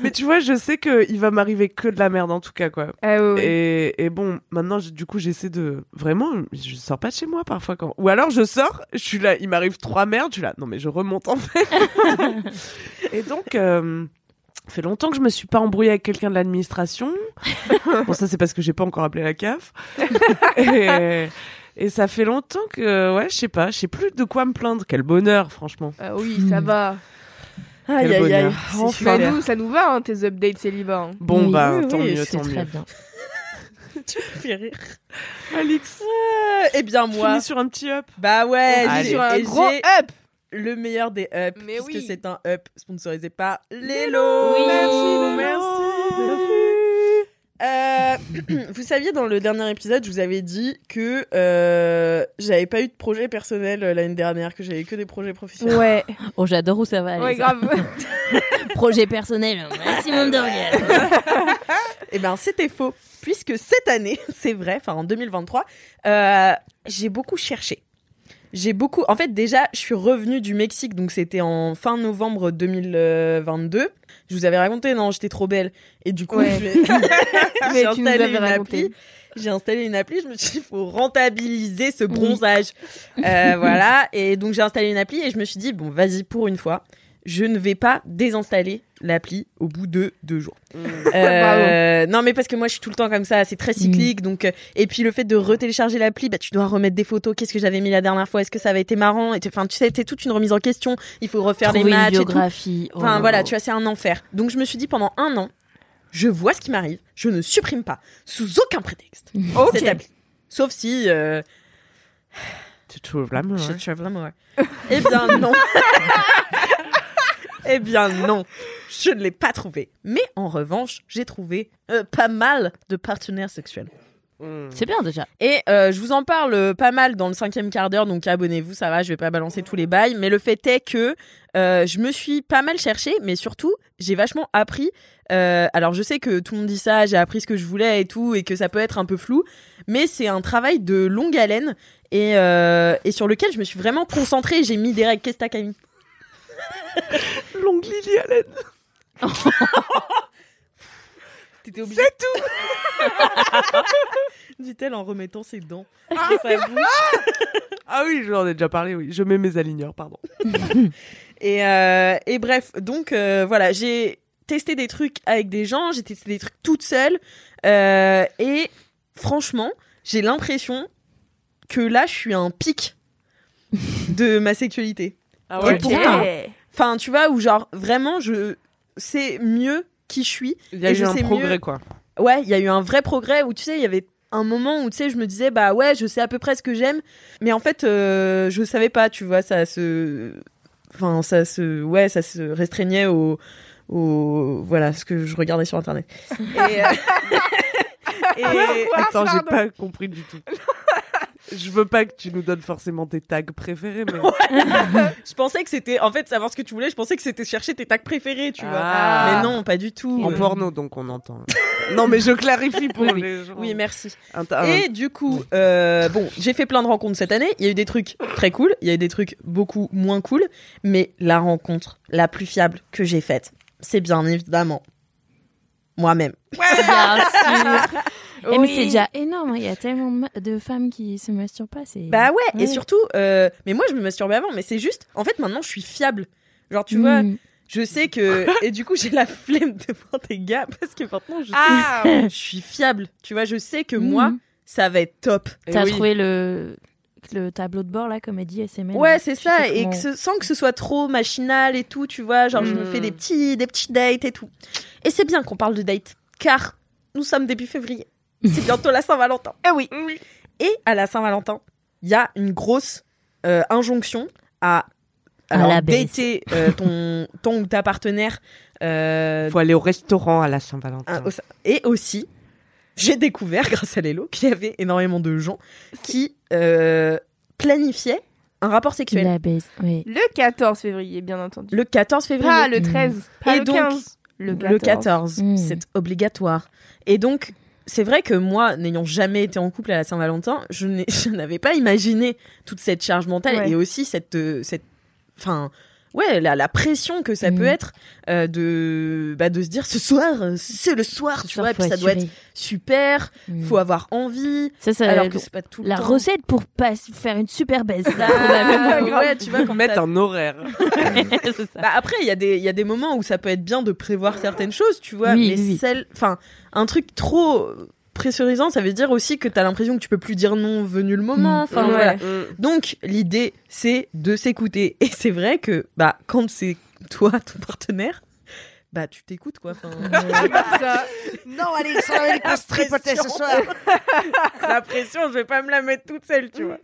Speaker 2: Mais tu vois, je sais que il va m'arriver que de la merde en tout cas quoi.
Speaker 1: ouais, ouais.
Speaker 2: Et, et bon, maintenant je- du coup j'essaie de vraiment, je sors pas de chez moi parfois quand. Ou alors je sors, je suis là, il m'arrive trois merdes, je suis là, non mais je remonte en
Speaker 7: [laughs]
Speaker 2: fait. et donc. euh, ça fait longtemps que je me suis pas embrouillée avec quelqu'un de
Speaker 7: [laughs]
Speaker 2: l'administration. bon, ça c'est parce que j'ai pas encore appelé la CAF. [laughs] et, et ça fait longtemps que ouais, je sais pas, je sais plus de quoi me plaindre. Quel bonheur, franchement.
Speaker 1: Ah oui, ça va.
Speaker 2: Quel bonheur.
Speaker 1: Enfin,
Speaker 2: Enfin.
Speaker 1: nous, ça nous va, hein, tes updates célibats. hein.
Speaker 2: Bon,
Speaker 7: Oui,
Speaker 2: bah,
Speaker 7: oui,
Speaker 2: tant
Speaker 7: oui,
Speaker 2: mieux,
Speaker 7: c'est
Speaker 2: tant
Speaker 7: très
Speaker 2: mieux.
Speaker 7: bien.
Speaker 3: tu me fais rire.
Speaker 2: Alix,
Speaker 3: Euh, eh bien moi.
Speaker 2: finis sur un petit up.
Speaker 3: Bah ouais,
Speaker 2: Allez.
Speaker 3: j'ai-
Speaker 1: Sur un
Speaker 3: et
Speaker 1: gros
Speaker 3: j'ai
Speaker 1: up.
Speaker 3: le meilleur des ups
Speaker 1: Mais
Speaker 3: puisque
Speaker 1: oui.
Speaker 3: c'est un up sponsorisé par Lelo.
Speaker 2: Merci,
Speaker 3: Euh, [clears throat] vous saviez dans le dernier épisode, je vous avais dit que euh, j'avais pas eu de projet personnel euh, l'année dernière, que j'avais eu que des projets professionnels.
Speaker 1: Ouais,
Speaker 7: Oh, j'adore où ça va aller.
Speaker 1: ouais,
Speaker 7: ça.
Speaker 1: grave.
Speaker 7: Projet personnel,
Speaker 3: [laughs]
Speaker 7: maximum d'orgasme.
Speaker 3: Eh bien, c'était faux, puisque cette année, [laughs] c'est vrai, enfin en 2023, euh, j'ai beaucoup cherché. J'ai beaucoup. En fait, déjà, je suis revenue du Mexique, donc c'était en fin novembre 2022. Je vous avais raconté, non, j'étais trop belle. Et du coup,
Speaker 1: Ouais. [laughs]
Speaker 3: je vais-
Speaker 1: Mais
Speaker 3: [laughs] j'ai
Speaker 1: tu nous
Speaker 3: installé
Speaker 1: avais
Speaker 3: une
Speaker 1: raconté.
Speaker 3: appli. J'ai installé une appli. Je me suis dit, faut rentabiliser ce bronzage.
Speaker 1: [laughs]
Speaker 3: Euh, voilà. Et donc, j'ai installé une appli et je me suis dit, bon, vas-y, pour une fois, je ne vais pas désinstaller l'appli au bout de deux jours. Euh, non, mais parce que moi, je suis tout le temps comme ça. C'est
Speaker 7: Mm.
Speaker 3: très cyclique. Donc, euh, et puis, le fait de retélécharger l'appli, bah, tu dois remettre des photos. Qu'est-ce que j'avais mis la dernière fois Est-ce que ça avait été marrant Et tu- Enfin, tu sais, c'est toute une remise en question. Il faut refaire
Speaker 7: Trouver
Speaker 3: les
Speaker 7: une
Speaker 3: matchs. et tout.
Speaker 7: biographie. oh
Speaker 3: Enfin
Speaker 7: là
Speaker 3: voilà,
Speaker 7: là.
Speaker 3: tu vois, c'est un enfer. Donc je me suis dit pendant un an, je vois ce qui m'arrive, je ne supprime pas, sous aucun
Speaker 7: [laughs]
Speaker 3: prétexte,
Speaker 1: Ok.
Speaker 3: cette appli. Sauf si... euh,
Speaker 2: Tu trouves la main.
Speaker 3: je
Speaker 2: hein.
Speaker 3: suis vraiment... ouais. eh bien
Speaker 7: [laughs]
Speaker 3: non Eh bien non, je ne l'ai pas trouvé. Mais en revanche, j'ai trouvé euh, pas mal de partenaires sexuels.
Speaker 2: Hmm.
Speaker 7: C'est bien déjà.
Speaker 3: Et euh, je vous en parle euh, pas mal dans le cinquième quart d'heure, donc abonnez-vous, ça va, je vais pas balancer tous les bails. Mais le fait est que euh, je me suis pas mal cherchée, mais surtout, j'ai vachement appris. euh, alors, je sais que tout le monde dit ça, j'ai appris ce que je voulais et tout, et que ça peut être un peu flou, mais c'est un travail de longue haleine et, euh, et sur lequel je me suis vraiment concentrée. J'ai mis des règles. Qu'est-ce que t'as, Camille
Speaker 2: Longue Lily Allen.
Speaker 3: C'est tout [laughs] Dit-elle en remettant ses dents dans sa bouche.
Speaker 2: Ah oui, j'en ai déjà parlé, oui. Je mets mes aligneurs, pardon.
Speaker 3: Et, euh, et bref, donc euh, voilà, j'ai testé des trucs avec des gens, j'ai testé des trucs toute seule. euh, et franchement, j'ai l'impression que là, je suis à un pic de ma sexualité.
Speaker 2: Ah ouais.
Speaker 3: Et pourtant,
Speaker 2: Ok.
Speaker 3: enfin, tu vois, où genre vraiment, je sais mieux qui je suis.
Speaker 2: Il y a
Speaker 3: et
Speaker 2: eu
Speaker 3: je
Speaker 2: un
Speaker 3: sais
Speaker 2: progrès,
Speaker 3: mieux-
Speaker 2: quoi.
Speaker 3: Ouais, il y a eu un vrai progrès où tu sais, il y avait un moment où tu sais, je me disais bah ouais, je sais à peu près ce que j'aime, mais en fait, euh, je savais pas, tu vois, ça se, enfin ça se, ouais, ça se restreignait au, au, voilà, ce que je regardais sur internet. Et, euh,
Speaker 2: Attends, j'ai pas compris du tout. [laughs] Je veux pas que tu nous donnes forcément tes tags préférés, [laughs] mais.
Speaker 3: je pensais que c'était, en fait, savoir ce que tu voulais, je pensais que c'était chercher tes tags préférés, tu vois.
Speaker 2: Ah.
Speaker 3: Mais non, pas du tout.
Speaker 2: En
Speaker 3: Euh,
Speaker 2: porno, donc on entend. [laughs] non, mais je clarifie [laughs] pour
Speaker 3: Oui, oui.
Speaker 2: les gens.
Speaker 3: Oui, merci.
Speaker 2: Un ta-
Speaker 3: Et
Speaker 2: un-
Speaker 3: du coup, euh, bon, j'ai fait plein de rencontres cette année. Il y a eu des trucs très cool, il y a eu des trucs beaucoup moins cool, mais la rencontre la plus fiable que j'ai faite, c'est bien évidemment moi-même.
Speaker 7: Bien
Speaker 3: [laughs]
Speaker 7: sûr. Eh, Mais
Speaker 3: Oui.
Speaker 7: c'est déjà énorme, il y a tellement de ma- de femmes qui se masturbent pas. c'est-
Speaker 3: Bah ouais, et surtout, euh, mais moi je me masturbais avant, mais c'est juste, en fait maintenant je suis fiable. Genre tu
Speaker 7: Mm.
Speaker 3: vois, je sais que, et du coup j'ai la flemme de voir des gars parce que maintenant je sais,
Speaker 7: Ah.
Speaker 3: je suis fiable. Tu vois, je sais que
Speaker 7: mm.
Speaker 3: moi ça va être top.
Speaker 7: T'as
Speaker 3: Et oui.
Speaker 7: trouvé le... le tableau de bord là, comme a dit SML.
Speaker 3: Ouais,
Speaker 7: là.
Speaker 3: c'est
Speaker 7: Tu
Speaker 3: ça,
Speaker 7: sais
Speaker 3: et
Speaker 7: comment-
Speaker 3: que ce- sans que ce soit trop machinal et tout, tu vois, genre je me fais des petits, des petits dates et tout. Et c'est bien qu'on parle de dates, car nous sommes début février. C'est bientôt la Saint-Valentin. Eh oui. Et à la Saint-Valentin, il y a une grosse euh, injonction à,
Speaker 2: À
Speaker 3: alors,
Speaker 2: la baisse.
Speaker 3: dater euh, ton, ton ou ta partenaire. euh,
Speaker 2: Faut aller au restaurant à la Saint-Valentin.
Speaker 3: un- au- et aussi, j'ai découvert [laughs] grâce à Lélo qu'il y avait énormément de gens qui euh, planifiaient un rapport sexuel.
Speaker 7: La baisse, oui.
Speaker 1: Le 14 février, bien entendu.
Speaker 3: Le 14 février.
Speaker 1: Pas le 13, pas
Speaker 3: et
Speaker 1: le
Speaker 3: donc,
Speaker 1: 15, le
Speaker 3: Le 14,
Speaker 1: 14.
Speaker 7: Hmm.
Speaker 3: c'est obligatoire. Et donc, c'est vrai que moi, n'ayant jamais été en couple à la Saint-Valentin, je n'ai- [laughs] je n'avais pas imaginé toute cette charge mentale
Speaker 2: Ouais.
Speaker 3: et aussi cette. euh, cette enfin. Ouais, la, la pression que ça peut
Speaker 7: Hmm.
Speaker 3: être euh, de bah, de se dire ce soir, euh, c'est le soir, tu
Speaker 7: soir,
Speaker 3: vois, et
Speaker 7: faut
Speaker 3: puis ça doit
Speaker 7: assurer.
Speaker 3: être super, faut avoir envie,
Speaker 7: Ça, ça-
Speaker 3: alors que c'est pas tout le
Speaker 7: La
Speaker 3: temps.
Speaker 7: recette pour pas se faire une super baisse. Ah. ça,
Speaker 3: Ah,
Speaker 7: probablement.
Speaker 3: [laughs] ouais, tu vois, quand
Speaker 2: Mettre
Speaker 3: t'as-
Speaker 2: un horaire.
Speaker 3: Bah, après, il y, a des- il y a des moments où ça peut être bien de prévoir certaines choses, tu vois,
Speaker 7: Oui,
Speaker 3: mais
Speaker 7: oui, oui.
Speaker 3: celle- enfin, un truc trop pressurisant, ça veut dire aussi que t'as l'impression que tu peux plus dire non venu le moment.
Speaker 2: Mm.
Speaker 3: Enfin,
Speaker 2: Ouais.
Speaker 3: voilà.
Speaker 2: Mm.
Speaker 3: Donc, l'idée, c'est de s'écouter. Et c'est vrai que, bah, quand c'est toi, [laughs] ton partenaire, bah, tu t'écoutes, quoi. Enfin,
Speaker 1: Ah, bah,
Speaker 9: Non, allez, ça va aller qu'on se tripoter ce soir.
Speaker 3: [laughs] la pression, je vais pas me la mettre toute seule, tu vois.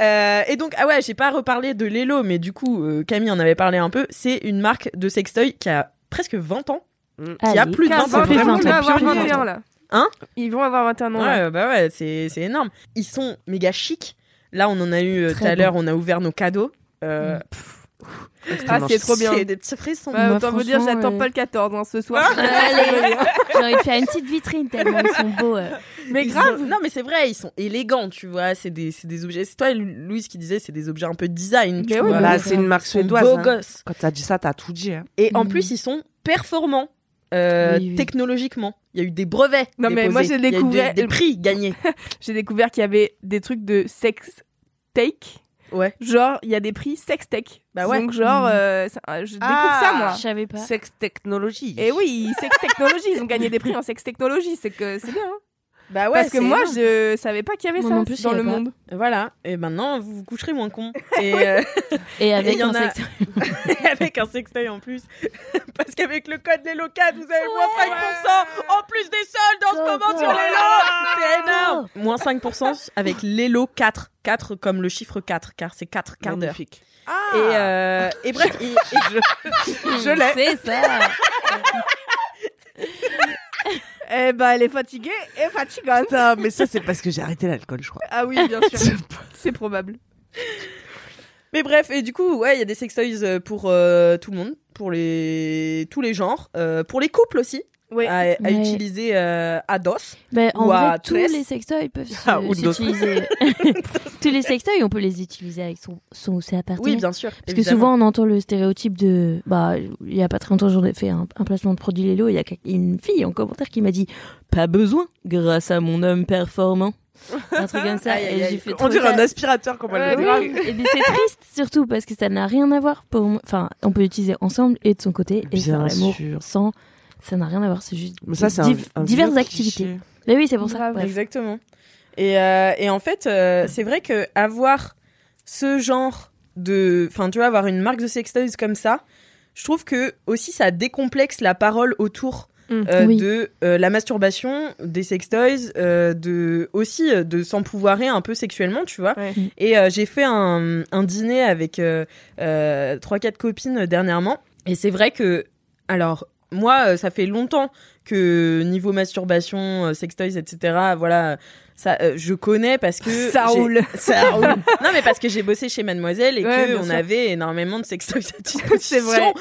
Speaker 3: Euh, et donc, ah ouais, j'ai pas reparlé de Lelo, mais du coup, euh, Camille en avait parlé un peu. C'est une marque de sextoy qui a presque 20 ans.
Speaker 2: Hmm. Ah,
Speaker 3: Qui a
Speaker 1: Allez,
Speaker 3: plus de 20
Speaker 1: quinze,
Speaker 3: ans.
Speaker 1: ça fait
Speaker 3: vraiment,
Speaker 1: 20 ans.
Speaker 3: pile
Speaker 1: Ils vont avoir
Speaker 3: 20 ans.
Speaker 1: 21, là.
Speaker 3: Hein
Speaker 1: Ils vont avoir 21 ans.
Speaker 3: Ouais,
Speaker 1: là.
Speaker 3: bah ouais, c'est c'est énorme. Ils sont méga chics. Là, on en a eu euh, tout
Speaker 1: Très
Speaker 3: à
Speaker 1: beau.
Speaker 3: l'heure, on a ouvert nos cadeaux. Euh,
Speaker 1: Mm.
Speaker 3: pff,
Speaker 1: Ah, c'est trop bien.
Speaker 3: C'est des petits frissons.
Speaker 1: Ouais, Bah, autant vous dire, j'attends pas le 14 hein, ce soir.
Speaker 7: Ah,
Speaker 1: [laughs]
Speaker 7: Allez, j'ai envie de faire une petite vitrine tellement ils sont beaux. euh.
Speaker 3: Mais grave. Non, mais c'est vrai, ils sont élégants, tu vois. C'est des, c'est des objets. C'est toi, Lou- Louise, qui disait, c'est des objets un peu design. Tu
Speaker 2: Bah,
Speaker 3: vois.
Speaker 2: c'est une marque
Speaker 3: Ils sont
Speaker 2: suédoise.
Speaker 3: Beaux
Speaker 2: hein.
Speaker 3: gosses.
Speaker 2: Quand t'as dit ça, t'as tout dit. hein.
Speaker 3: Et
Speaker 1: Mm.
Speaker 3: en plus, ils sont performants. euh, technologiquement, il y a eu des brevets.
Speaker 1: Non, mais
Speaker 3: déposés.
Speaker 1: moi, j'ai
Speaker 3: Il y a eu des-
Speaker 1: découvert-
Speaker 3: des,
Speaker 1: [laughs]
Speaker 3: prix gagnés.
Speaker 1: J'ai découvert qu'il y avait des trucs de sex take.
Speaker 3: Ouais.
Speaker 1: Genre, il y a des prix sex tech.
Speaker 3: Bah ouais.
Speaker 1: Donc, genre,
Speaker 2: Mm.
Speaker 1: euh, ça- euh, je découvre
Speaker 2: Ah,
Speaker 1: ça, moi.
Speaker 2: je savais pas. Sex
Speaker 1: technologie. Et oui, sex technologie. Ils ont gagné des prix en sex technologie. C'est que c'est bien. hein.
Speaker 3: Bah
Speaker 1: Parce que moi, je savais pas qu'il y avait
Speaker 3: Moi
Speaker 1: ça
Speaker 3: non plus,
Speaker 1: dans
Speaker 3: il
Speaker 1: le
Speaker 3: y a pas.
Speaker 1: monde.
Speaker 3: Voilà. Et maintenant, vous vous coucherez
Speaker 1: [laughs]
Speaker 3: moins con. Et, euh,
Speaker 7: Et avec
Speaker 3: il y en
Speaker 7: un
Speaker 3: a-
Speaker 7: sextoy.
Speaker 3: Et [laughs] avec un sextoy en plus. [laughs] Parce qu'avec le code les locales, vous avez moins 5% en plus des soldes
Speaker 7: Oh,
Speaker 3: en ce moment sur les lots. C'est énorme. Moins 5% avec l'élo 4. 4 comme le chiffre 4, car c'est 4 quarts d'heure.
Speaker 2: Magnifique.
Speaker 3: Et, euh, et bref, et- et-
Speaker 1: [laughs]
Speaker 2: je,
Speaker 3: je l'ai.
Speaker 7: C'est ça.
Speaker 1: Eh ben, elle est fatiguée et fatigante.
Speaker 2: Putain, mais ça, c'est parce que j'ai arrêté l'alcool, je crois.
Speaker 1: Ah oui, bien
Speaker 7: [laughs]
Speaker 1: sûr. c'est probable.
Speaker 3: Mais bref, et du coup, ouais, il y a des sextoys euh, pour euh, tout le monde, pour les tous les genres, euh, pour les couples aussi. À, à
Speaker 7: Ouais.
Speaker 3: utiliser euh, à dos.
Speaker 7: Mais Bah, en
Speaker 3: ou
Speaker 7: vrai,
Speaker 3: à
Speaker 7: tous
Speaker 3: tres.
Speaker 7: les sextoys peuvent se-
Speaker 3: [laughs] Ah, ou d'autres.
Speaker 7: s'utiliser.
Speaker 3: [laughs]
Speaker 7: tous les sextoys, on peut les utiliser avec son, son ses appartements.
Speaker 3: bien sûr,
Speaker 7: Parce que
Speaker 3: évidemment.
Speaker 7: souvent, on entend le stéréotype de. Bah, il y a pas très longtemps, j'en ai fait un, un placement de produit Lelo. et Il y a quelqu'un- une fille en commentaire qui m'a dit Pas besoin, grâce à mon homme performant. Un truc comme ça.
Speaker 2: Aïe, aïe,
Speaker 7: et
Speaker 2: aïe.
Speaker 7: j'ai fait
Speaker 2: On
Speaker 7: trouver
Speaker 2: dirait
Speaker 7: ça-
Speaker 2: un aspirateur, comme elle le
Speaker 7: Ouais,
Speaker 2: décrit.
Speaker 7: oui. Et puis, c'est triste, surtout, parce que ça n'a rien à voir. Pour... moi. Enfin, on peut l'utiliser ensemble et de son côté, et
Speaker 2: Bien
Speaker 7: faire l'amour
Speaker 2: sûr.
Speaker 7: sans. Ça n'a rien à voir, c'est juste
Speaker 2: Mais ça, c'est un-
Speaker 7: div-
Speaker 2: un vieux
Speaker 7: diverses
Speaker 2: cliché.
Speaker 7: activités. Mais oui, c'est pour ça. bref.
Speaker 3: Exactement. Et, euh, et en fait, euh, c'est vrai que avoir ce genre de, enfin, tu vois, avoir une marque de sextoys comme ça, je trouve que aussi ça décomplexe la parole autour.
Speaker 1: Mm.
Speaker 3: euh,
Speaker 1: Oui.
Speaker 3: de euh, la masturbation des sextoys euh, de aussi euh, de s'empouvoirer un peu sexuellement tu vois et euh, j'ai fait un, un dîner avec euh, euh, trois quatre copines euh, dernièrement et c'est vrai que alors, moi, euh, ça fait longtemps que euh, niveau masturbation, euh, sextoys, etc., voilà, ça, euh, je connais parce que.
Speaker 1: Ça
Speaker 3: j'ai-
Speaker 1: roule.
Speaker 3: [laughs] Ça roule. non, mais parce que j'ai bossé chez Mademoiselle et
Speaker 1: Ouais,
Speaker 3: que
Speaker 1: bien
Speaker 3: qu'on
Speaker 1: sûr.
Speaker 3: avait énormément de sextoys
Speaker 1: [laughs]
Speaker 3: à disposition.
Speaker 1: vrai.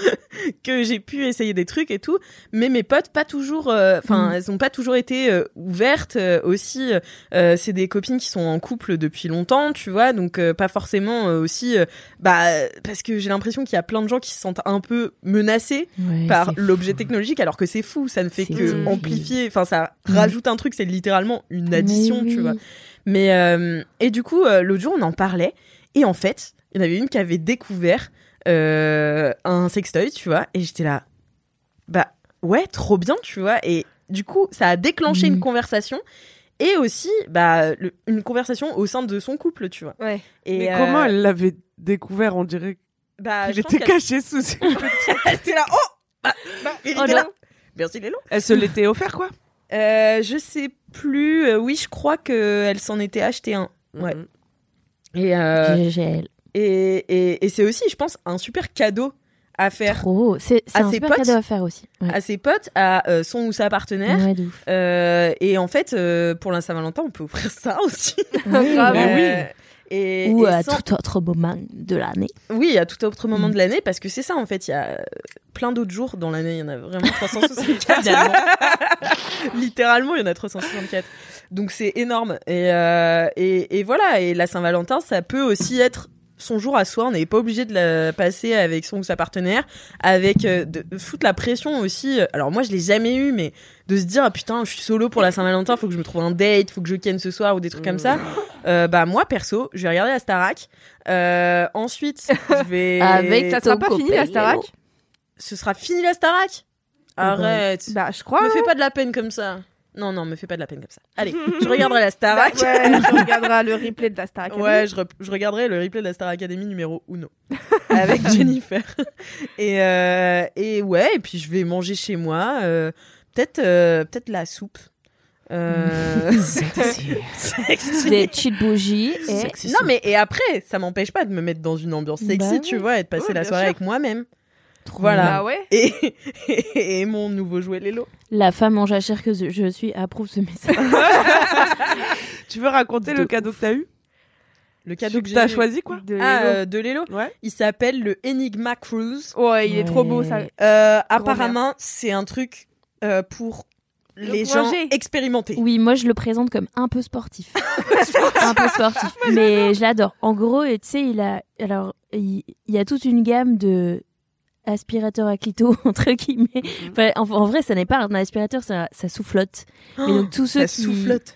Speaker 3: [laughs] que j'ai pu essayer des trucs et tout. Mais mes potes, pas toujours. euh, Enfin,
Speaker 1: Mm.
Speaker 3: elles n'ont pas toujours été euh, ouvertes euh, aussi. euh, c'est des copines qui sont en couple depuis longtemps, tu vois, donc euh, pas forcément euh, aussi. euh, bah, parce que j'ai l'impression qu'il y a plein de gens qui se sentent un peu menacés
Speaker 7: Ouais,
Speaker 3: par
Speaker 7: c'est
Speaker 3: l'objet technologique, alors que c'est fou, ça ne fait
Speaker 7: C'est
Speaker 3: que
Speaker 7: fou.
Speaker 3: amplifier, enfin ça
Speaker 7: Mm.
Speaker 3: rajoute un truc, c'est littéralement une
Speaker 7: Mais
Speaker 3: addition,
Speaker 7: oui.
Speaker 3: tu vois. Mais euh, et du coup, euh, l'autre jour, on en parlait, et en fait, il y en avait une qui avait découvert euh, un sextoy, tu vois, et j'étais là, bah ouais, trop bien, tu vois, et du coup, ça a déclenché
Speaker 2: Mm.
Speaker 3: une conversation. Et aussi, bah, le- une conversation au sein de son couple, tu vois. Et
Speaker 2: mais
Speaker 3: euh,
Speaker 2: comment elle l'avait découvert, on dirait
Speaker 3: bah,
Speaker 2: qu'il
Speaker 3: je pense
Speaker 2: était
Speaker 3: qu'elle-
Speaker 2: caché sous ses
Speaker 3: Elle était là, oh Bah, bah, il
Speaker 2: Oh
Speaker 3: était
Speaker 2: non.
Speaker 3: là Merci Lélo
Speaker 2: Elle se l'était offert, quoi
Speaker 3: Euh, je sais plus. Euh, oui, je crois qu'elle s'en était acheté un. Ouais. Et, euh,
Speaker 7: GGL.
Speaker 3: et, et, et c'est aussi, je pense, un super cadeau à faire.
Speaker 7: Trop. C'est c'est
Speaker 3: à
Speaker 7: un
Speaker 3: ses
Speaker 7: super
Speaker 3: potes,
Speaker 7: cadeau à faire aussi. Ouais.
Speaker 3: à ses potes, à euh, son ou sa partenaire.
Speaker 7: Ouais, de ouf.
Speaker 3: Euh, et en fait, euh, pour la Saint-Valentin, on peut offrir ça aussi.
Speaker 7: Oui, Grave.
Speaker 3: Euh,
Speaker 7: Ah oui.
Speaker 3: Et,
Speaker 7: Ou
Speaker 3: et
Speaker 7: à
Speaker 3: sans-
Speaker 7: tout autre moment de l'année.
Speaker 3: Oui, à tout autre moment
Speaker 7: Mm.
Speaker 3: de l'année, parce que c'est ça, en fait, il y a euh, plein d'autres jours dans l'année, il y en a vraiment 364. Littéralement. [laughs] Littéralement, il y en a 364. Donc c'est énorme. Et, euh, et, et voilà, et la Saint-Valentin, ça peut aussi être son jour à soi, on n'est pas obligé de la passer avec son ou sa partenaire, avec euh, de de foutre la pression aussi. Alors moi, je l'ai jamais eu, mais de se dire, ah, putain, je suis solo pour la Saint-Valentin, faut que je me trouve un date, faut que je ken ce soir ou des trucs comme ça. Euh, bah moi, perso, je vais regarder la Starac. Euh, ensuite, je vais...
Speaker 1: Avec Ça sera ton pas fini, la copain Starac Léo.
Speaker 3: Ce sera fini la Starac ben, Arrête.
Speaker 1: Bah, je crois.
Speaker 3: Me
Speaker 1: hein.
Speaker 3: fais pas de la peine comme ça. Non, non, me fais pas de la peine comme ça. [laughs] Allez, je regarderai la Starac.
Speaker 1: [laughs]
Speaker 3: [laughs]
Speaker 1: Ouais, je regarderai le replay de la Star Academy.
Speaker 3: Bah Ouais, je, rep- je regarderai le replay de la Star Academy numéro [laughs] Uno avec Jennifer. Et, euh, et ouais, et puis je vais manger chez moi. euh, peut-être euh, peut-être la soupe. Euh...
Speaker 7: Sexy.
Speaker 3: [laughs] Sexy. [laughs]
Speaker 7: Des petites bougies. Et...
Speaker 3: Sexy Non, mais et après, ça m'empêche pas de me mettre dans une ambiance sexy,
Speaker 7: Bah
Speaker 3: tu
Speaker 7: oui.
Speaker 3: vois, et de passer
Speaker 7: Ouais,
Speaker 3: la
Speaker 7: bien
Speaker 3: soirée
Speaker 7: sûr.
Speaker 3: avec moi-même.
Speaker 7: Trop
Speaker 3: Voilà.
Speaker 1: Bah,
Speaker 7: bien.
Speaker 3: et, [laughs] et, mon nouveau jouet Lelo.
Speaker 7: La femme en jachère que je suis approuve ce message.
Speaker 2: Tu veux raconter le cadeau que t'as eu
Speaker 3: Le cadeau que,
Speaker 2: que
Speaker 3: j'ai
Speaker 2: t'as
Speaker 3: eu.
Speaker 2: choisi, quoi
Speaker 1: De
Speaker 3: Ah,
Speaker 1: Lelo.
Speaker 3: euh, de Lelo. Il s'appelle le Enigma Cruise.
Speaker 1: Ouais, il est trop beau, ça.
Speaker 3: Euh, apparemment, c'est un truc euh, pour les gens
Speaker 7: projet.
Speaker 3: expérimentés.
Speaker 7: Oui, moi je le présente comme un
Speaker 2: [laughs]
Speaker 7: peu sportif. un peu sportif. Mais je l'adore. En gros, et tu sais, il a. Alors, il, il y a toute une gamme de aspirateurs à clito, [laughs] entre guillemets.
Speaker 2: Mhm.
Speaker 7: Enfin, en, en vrai, ça n'est pas un aspirateur, ça, ça soufflote. Mais donc, tous ceux
Speaker 2: Oh, ça
Speaker 7: qui.
Speaker 2: soufflote.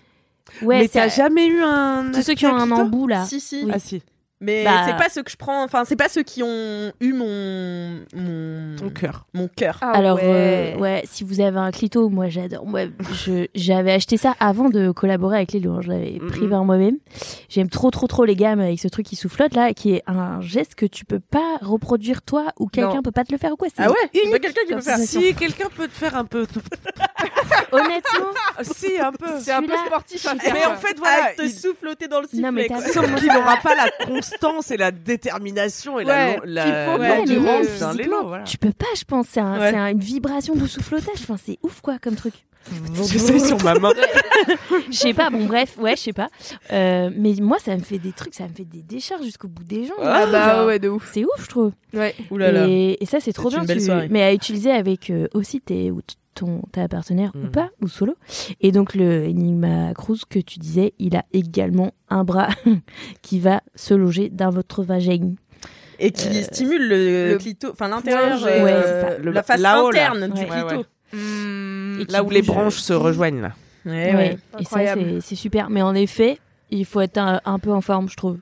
Speaker 7: Ouais,
Speaker 2: mais
Speaker 7: ça-
Speaker 2: t'as jamais eu un.
Speaker 7: Tous ceux qui ont un
Speaker 2: aspirateur
Speaker 7: embout là.
Speaker 3: Si, si.
Speaker 7: Oui.
Speaker 2: Ah si.
Speaker 3: Mais
Speaker 7: Bah.
Speaker 3: c'est pas ceux que je prends, enfin, c'est pas ceux qui ont eu mon. mon...
Speaker 2: Ton
Speaker 3: [laughs]
Speaker 2: cœur.
Speaker 3: Mon
Speaker 1: Ah,
Speaker 3: cœur.
Speaker 7: Alors euh, ouais. si vous avez un clito, moi j'adore. Moi, je- j'avais acheté ça avant de collaborer avec les louanges. Je l'avais pris
Speaker 2: Mhm.
Speaker 7: par moi-même. J'aime trop trop trop les gammes avec ce truc qui soufflote là, qui est un geste que tu peux pas reproduire toi ou quelqu'un
Speaker 2: Non.
Speaker 7: peut pas te le faire ou quoi. c'est
Speaker 3: Ah ouais, il y a pas quelqu'un qui
Speaker 7: comme
Speaker 3: peut faire.
Speaker 7: sensation.
Speaker 2: Si quelqu'un peut te faire un peu.
Speaker 7: [laughs] Honnêtement,
Speaker 2: si, un peu.
Speaker 1: C'est un peu sportif à faire.
Speaker 2: Mais en fait, voilà.
Speaker 3: te souffloter dans le sifflet.
Speaker 2: Ah, Non,
Speaker 3: mais
Speaker 2: mais Sauf qu'il n'aura pas la constance et la détermination et la
Speaker 7: Ouais,
Speaker 2: lo- la
Speaker 7: qu'il faut, ouais, mais même
Speaker 2: l'endurance d'un
Speaker 7: physiquement,
Speaker 2: l'élan. voilà.
Speaker 7: Tu peux pas, je pense. C'est un-
Speaker 2: Ouais.
Speaker 7: c'est un- une vibration de soufflotage. Enfin, c'est ouf, quoi, comme truc.
Speaker 2: J'essaie [laughs] sur ma main.
Speaker 7: [laughs] Je sais pas, bon, bref, ouais, je sais pas. Euh, mais moi, ça me fait des trucs, ça me fait des décharges jusqu'au bout des jambes.
Speaker 1: Ah
Speaker 7: là,
Speaker 1: bah
Speaker 7: genre.
Speaker 1: ouais, de ouf.
Speaker 7: C'est ouf, je trouve.
Speaker 1: Ouais.
Speaker 3: Ouh là là.
Speaker 7: Et, et ça, c'est trop
Speaker 3: C'est
Speaker 7: bien.
Speaker 3: une belle
Speaker 7: tu-
Speaker 3: soirée.
Speaker 7: Mais à utiliser avec euh, aussi tes, ou t- ton, ta partenaire ou pas, ou solo. Et donc, le Enigma Cruz que tu disais, il a également un bras [laughs] qui va se loger dans votre vagin.
Speaker 3: Et qui stimule le,
Speaker 7: le-
Speaker 3: clito, enfin l'intérieur,
Speaker 7: Ouais,
Speaker 3: euh,
Speaker 7: c'est ça.
Speaker 3: la
Speaker 7: Le-
Speaker 3: face
Speaker 7: là-haut, là.
Speaker 3: interne du
Speaker 7: Ouais.
Speaker 3: clito.
Speaker 7: Ouais, ouais.
Speaker 1: Hmm.
Speaker 2: Là où les branches se rejoignent, là.
Speaker 3: Eh
Speaker 7: Ouais, Et ça,
Speaker 3: Incroyable.
Speaker 7: c'est- c'est super. Mais en effet, il faut être un, un peu en forme, je trouve.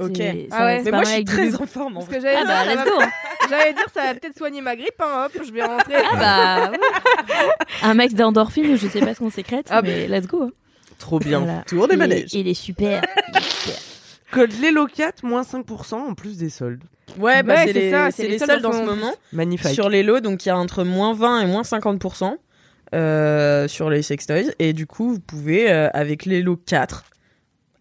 Speaker 3: Ok.
Speaker 7: C'est- ça
Speaker 3: Ah ouais.
Speaker 7: reste
Speaker 3: Mais
Speaker 7: pas
Speaker 3: moi,
Speaker 7: mal
Speaker 3: je suis
Speaker 7: avec du
Speaker 3: très
Speaker 7: bif.
Speaker 3: en forme, en
Speaker 1: Parce que j'allais
Speaker 7: Ah
Speaker 1: dire,
Speaker 7: bah,
Speaker 1: ça
Speaker 7: let's
Speaker 1: va-
Speaker 7: go.
Speaker 1: J'allais dire, ça va peut-être soigner ma grippe, hein, hop, je vais rentrer.
Speaker 7: Ah bah, Un max d'endorphine, je sais pas ce qu'on sécrète,
Speaker 3: Ah,
Speaker 7: mais
Speaker 3: bah,
Speaker 7: let's go.
Speaker 2: Trop bien.
Speaker 7: Voilà.
Speaker 2: Tour des
Speaker 7: Il est-
Speaker 2: manèges.
Speaker 7: Il est super.
Speaker 2: Code LELOCAT, moins 5% en plus des soldes.
Speaker 3: Ouais, bah,
Speaker 2: Ouais,
Speaker 3: c'est
Speaker 2: c'est
Speaker 3: les,
Speaker 2: ça,
Speaker 3: c'est les soldes en ce moment.
Speaker 2: Magnifique.
Speaker 3: Sur les lots, donc il y a entre moins 20 et moins 50% euh, sur les sextoys. Et du coup, vous pouvez, euh, avec les lots 4,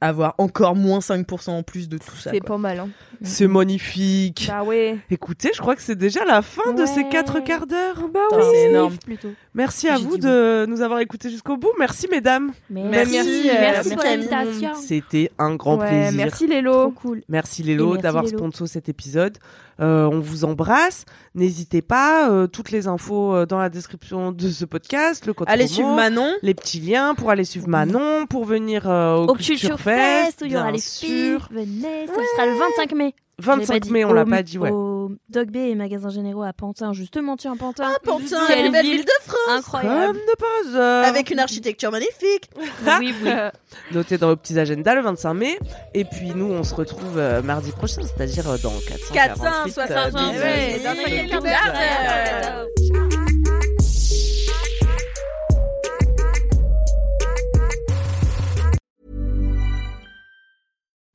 Speaker 3: avoir encore moins 5% en plus de tout ça.
Speaker 1: C'est
Speaker 3: quoi.
Speaker 1: pas mal, hein.
Speaker 2: C'est magnifique.
Speaker 1: Bah ouais.
Speaker 2: Écoutez, je crois que c'est déjà la fin de ces quatre quarts d'heure.
Speaker 1: Bah
Speaker 3: Putain, oui. c'est énorme.
Speaker 1: Plutôt.
Speaker 2: Merci à vous de nous avoir écoutés jusqu'au bout. Merci mesdames.
Speaker 1: Merci, Merci, euh, merci pour Camille. l'invitation.
Speaker 2: C'était un grand
Speaker 1: Ouais,
Speaker 2: plaisir.
Speaker 1: Merci Lélo.
Speaker 7: Cool.
Speaker 2: Merci
Speaker 1: Et
Speaker 2: Lélo
Speaker 1: merci,
Speaker 2: d'avoir
Speaker 1: Lélo.
Speaker 2: sponsor cet épisode. Euh, on vous embrasse. N'hésitez pas. euh, toutes les infos euh, dans la description de ce podcast. Le code
Speaker 3: Allez
Speaker 2: promo,
Speaker 3: suivre Manon.
Speaker 2: Les petits liens pour aller suivre Manon, pour venir euh, au,
Speaker 7: Au Culture Fest, où il y aura
Speaker 2: bien
Speaker 7: les filles,
Speaker 2: sûr.
Speaker 7: venez, ça sera le 25 mai.
Speaker 2: 25
Speaker 7: Je l'ai pas dit.
Speaker 2: mai, on l'a pas
Speaker 7: Au-
Speaker 2: dit, ouais.
Speaker 7: Au Dog B et Magasins Généraux à Pantin, justement, tiens, Pantin. Ah,
Speaker 3: Pantin, la belle ville de France.
Speaker 7: Incroyable.
Speaker 2: Comme de pas euh. hasard.
Speaker 3: Avec une architecture magnifique.
Speaker 7: oui,
Speaker 2: Ah. Notez dans vos petits agendas le 25 mai. Et puis nous, on se retrouve euh, mardi prochain, c'est-à-dire euh, dans 448
Speaker 3: 468.
Speaker 2: euh,
Speaker 3: Ouais,
Speaker 2: bisous.
Speaker 3: dans cinquante
Speaker 2: Bisous.
Speaker 3: quarts d'heure.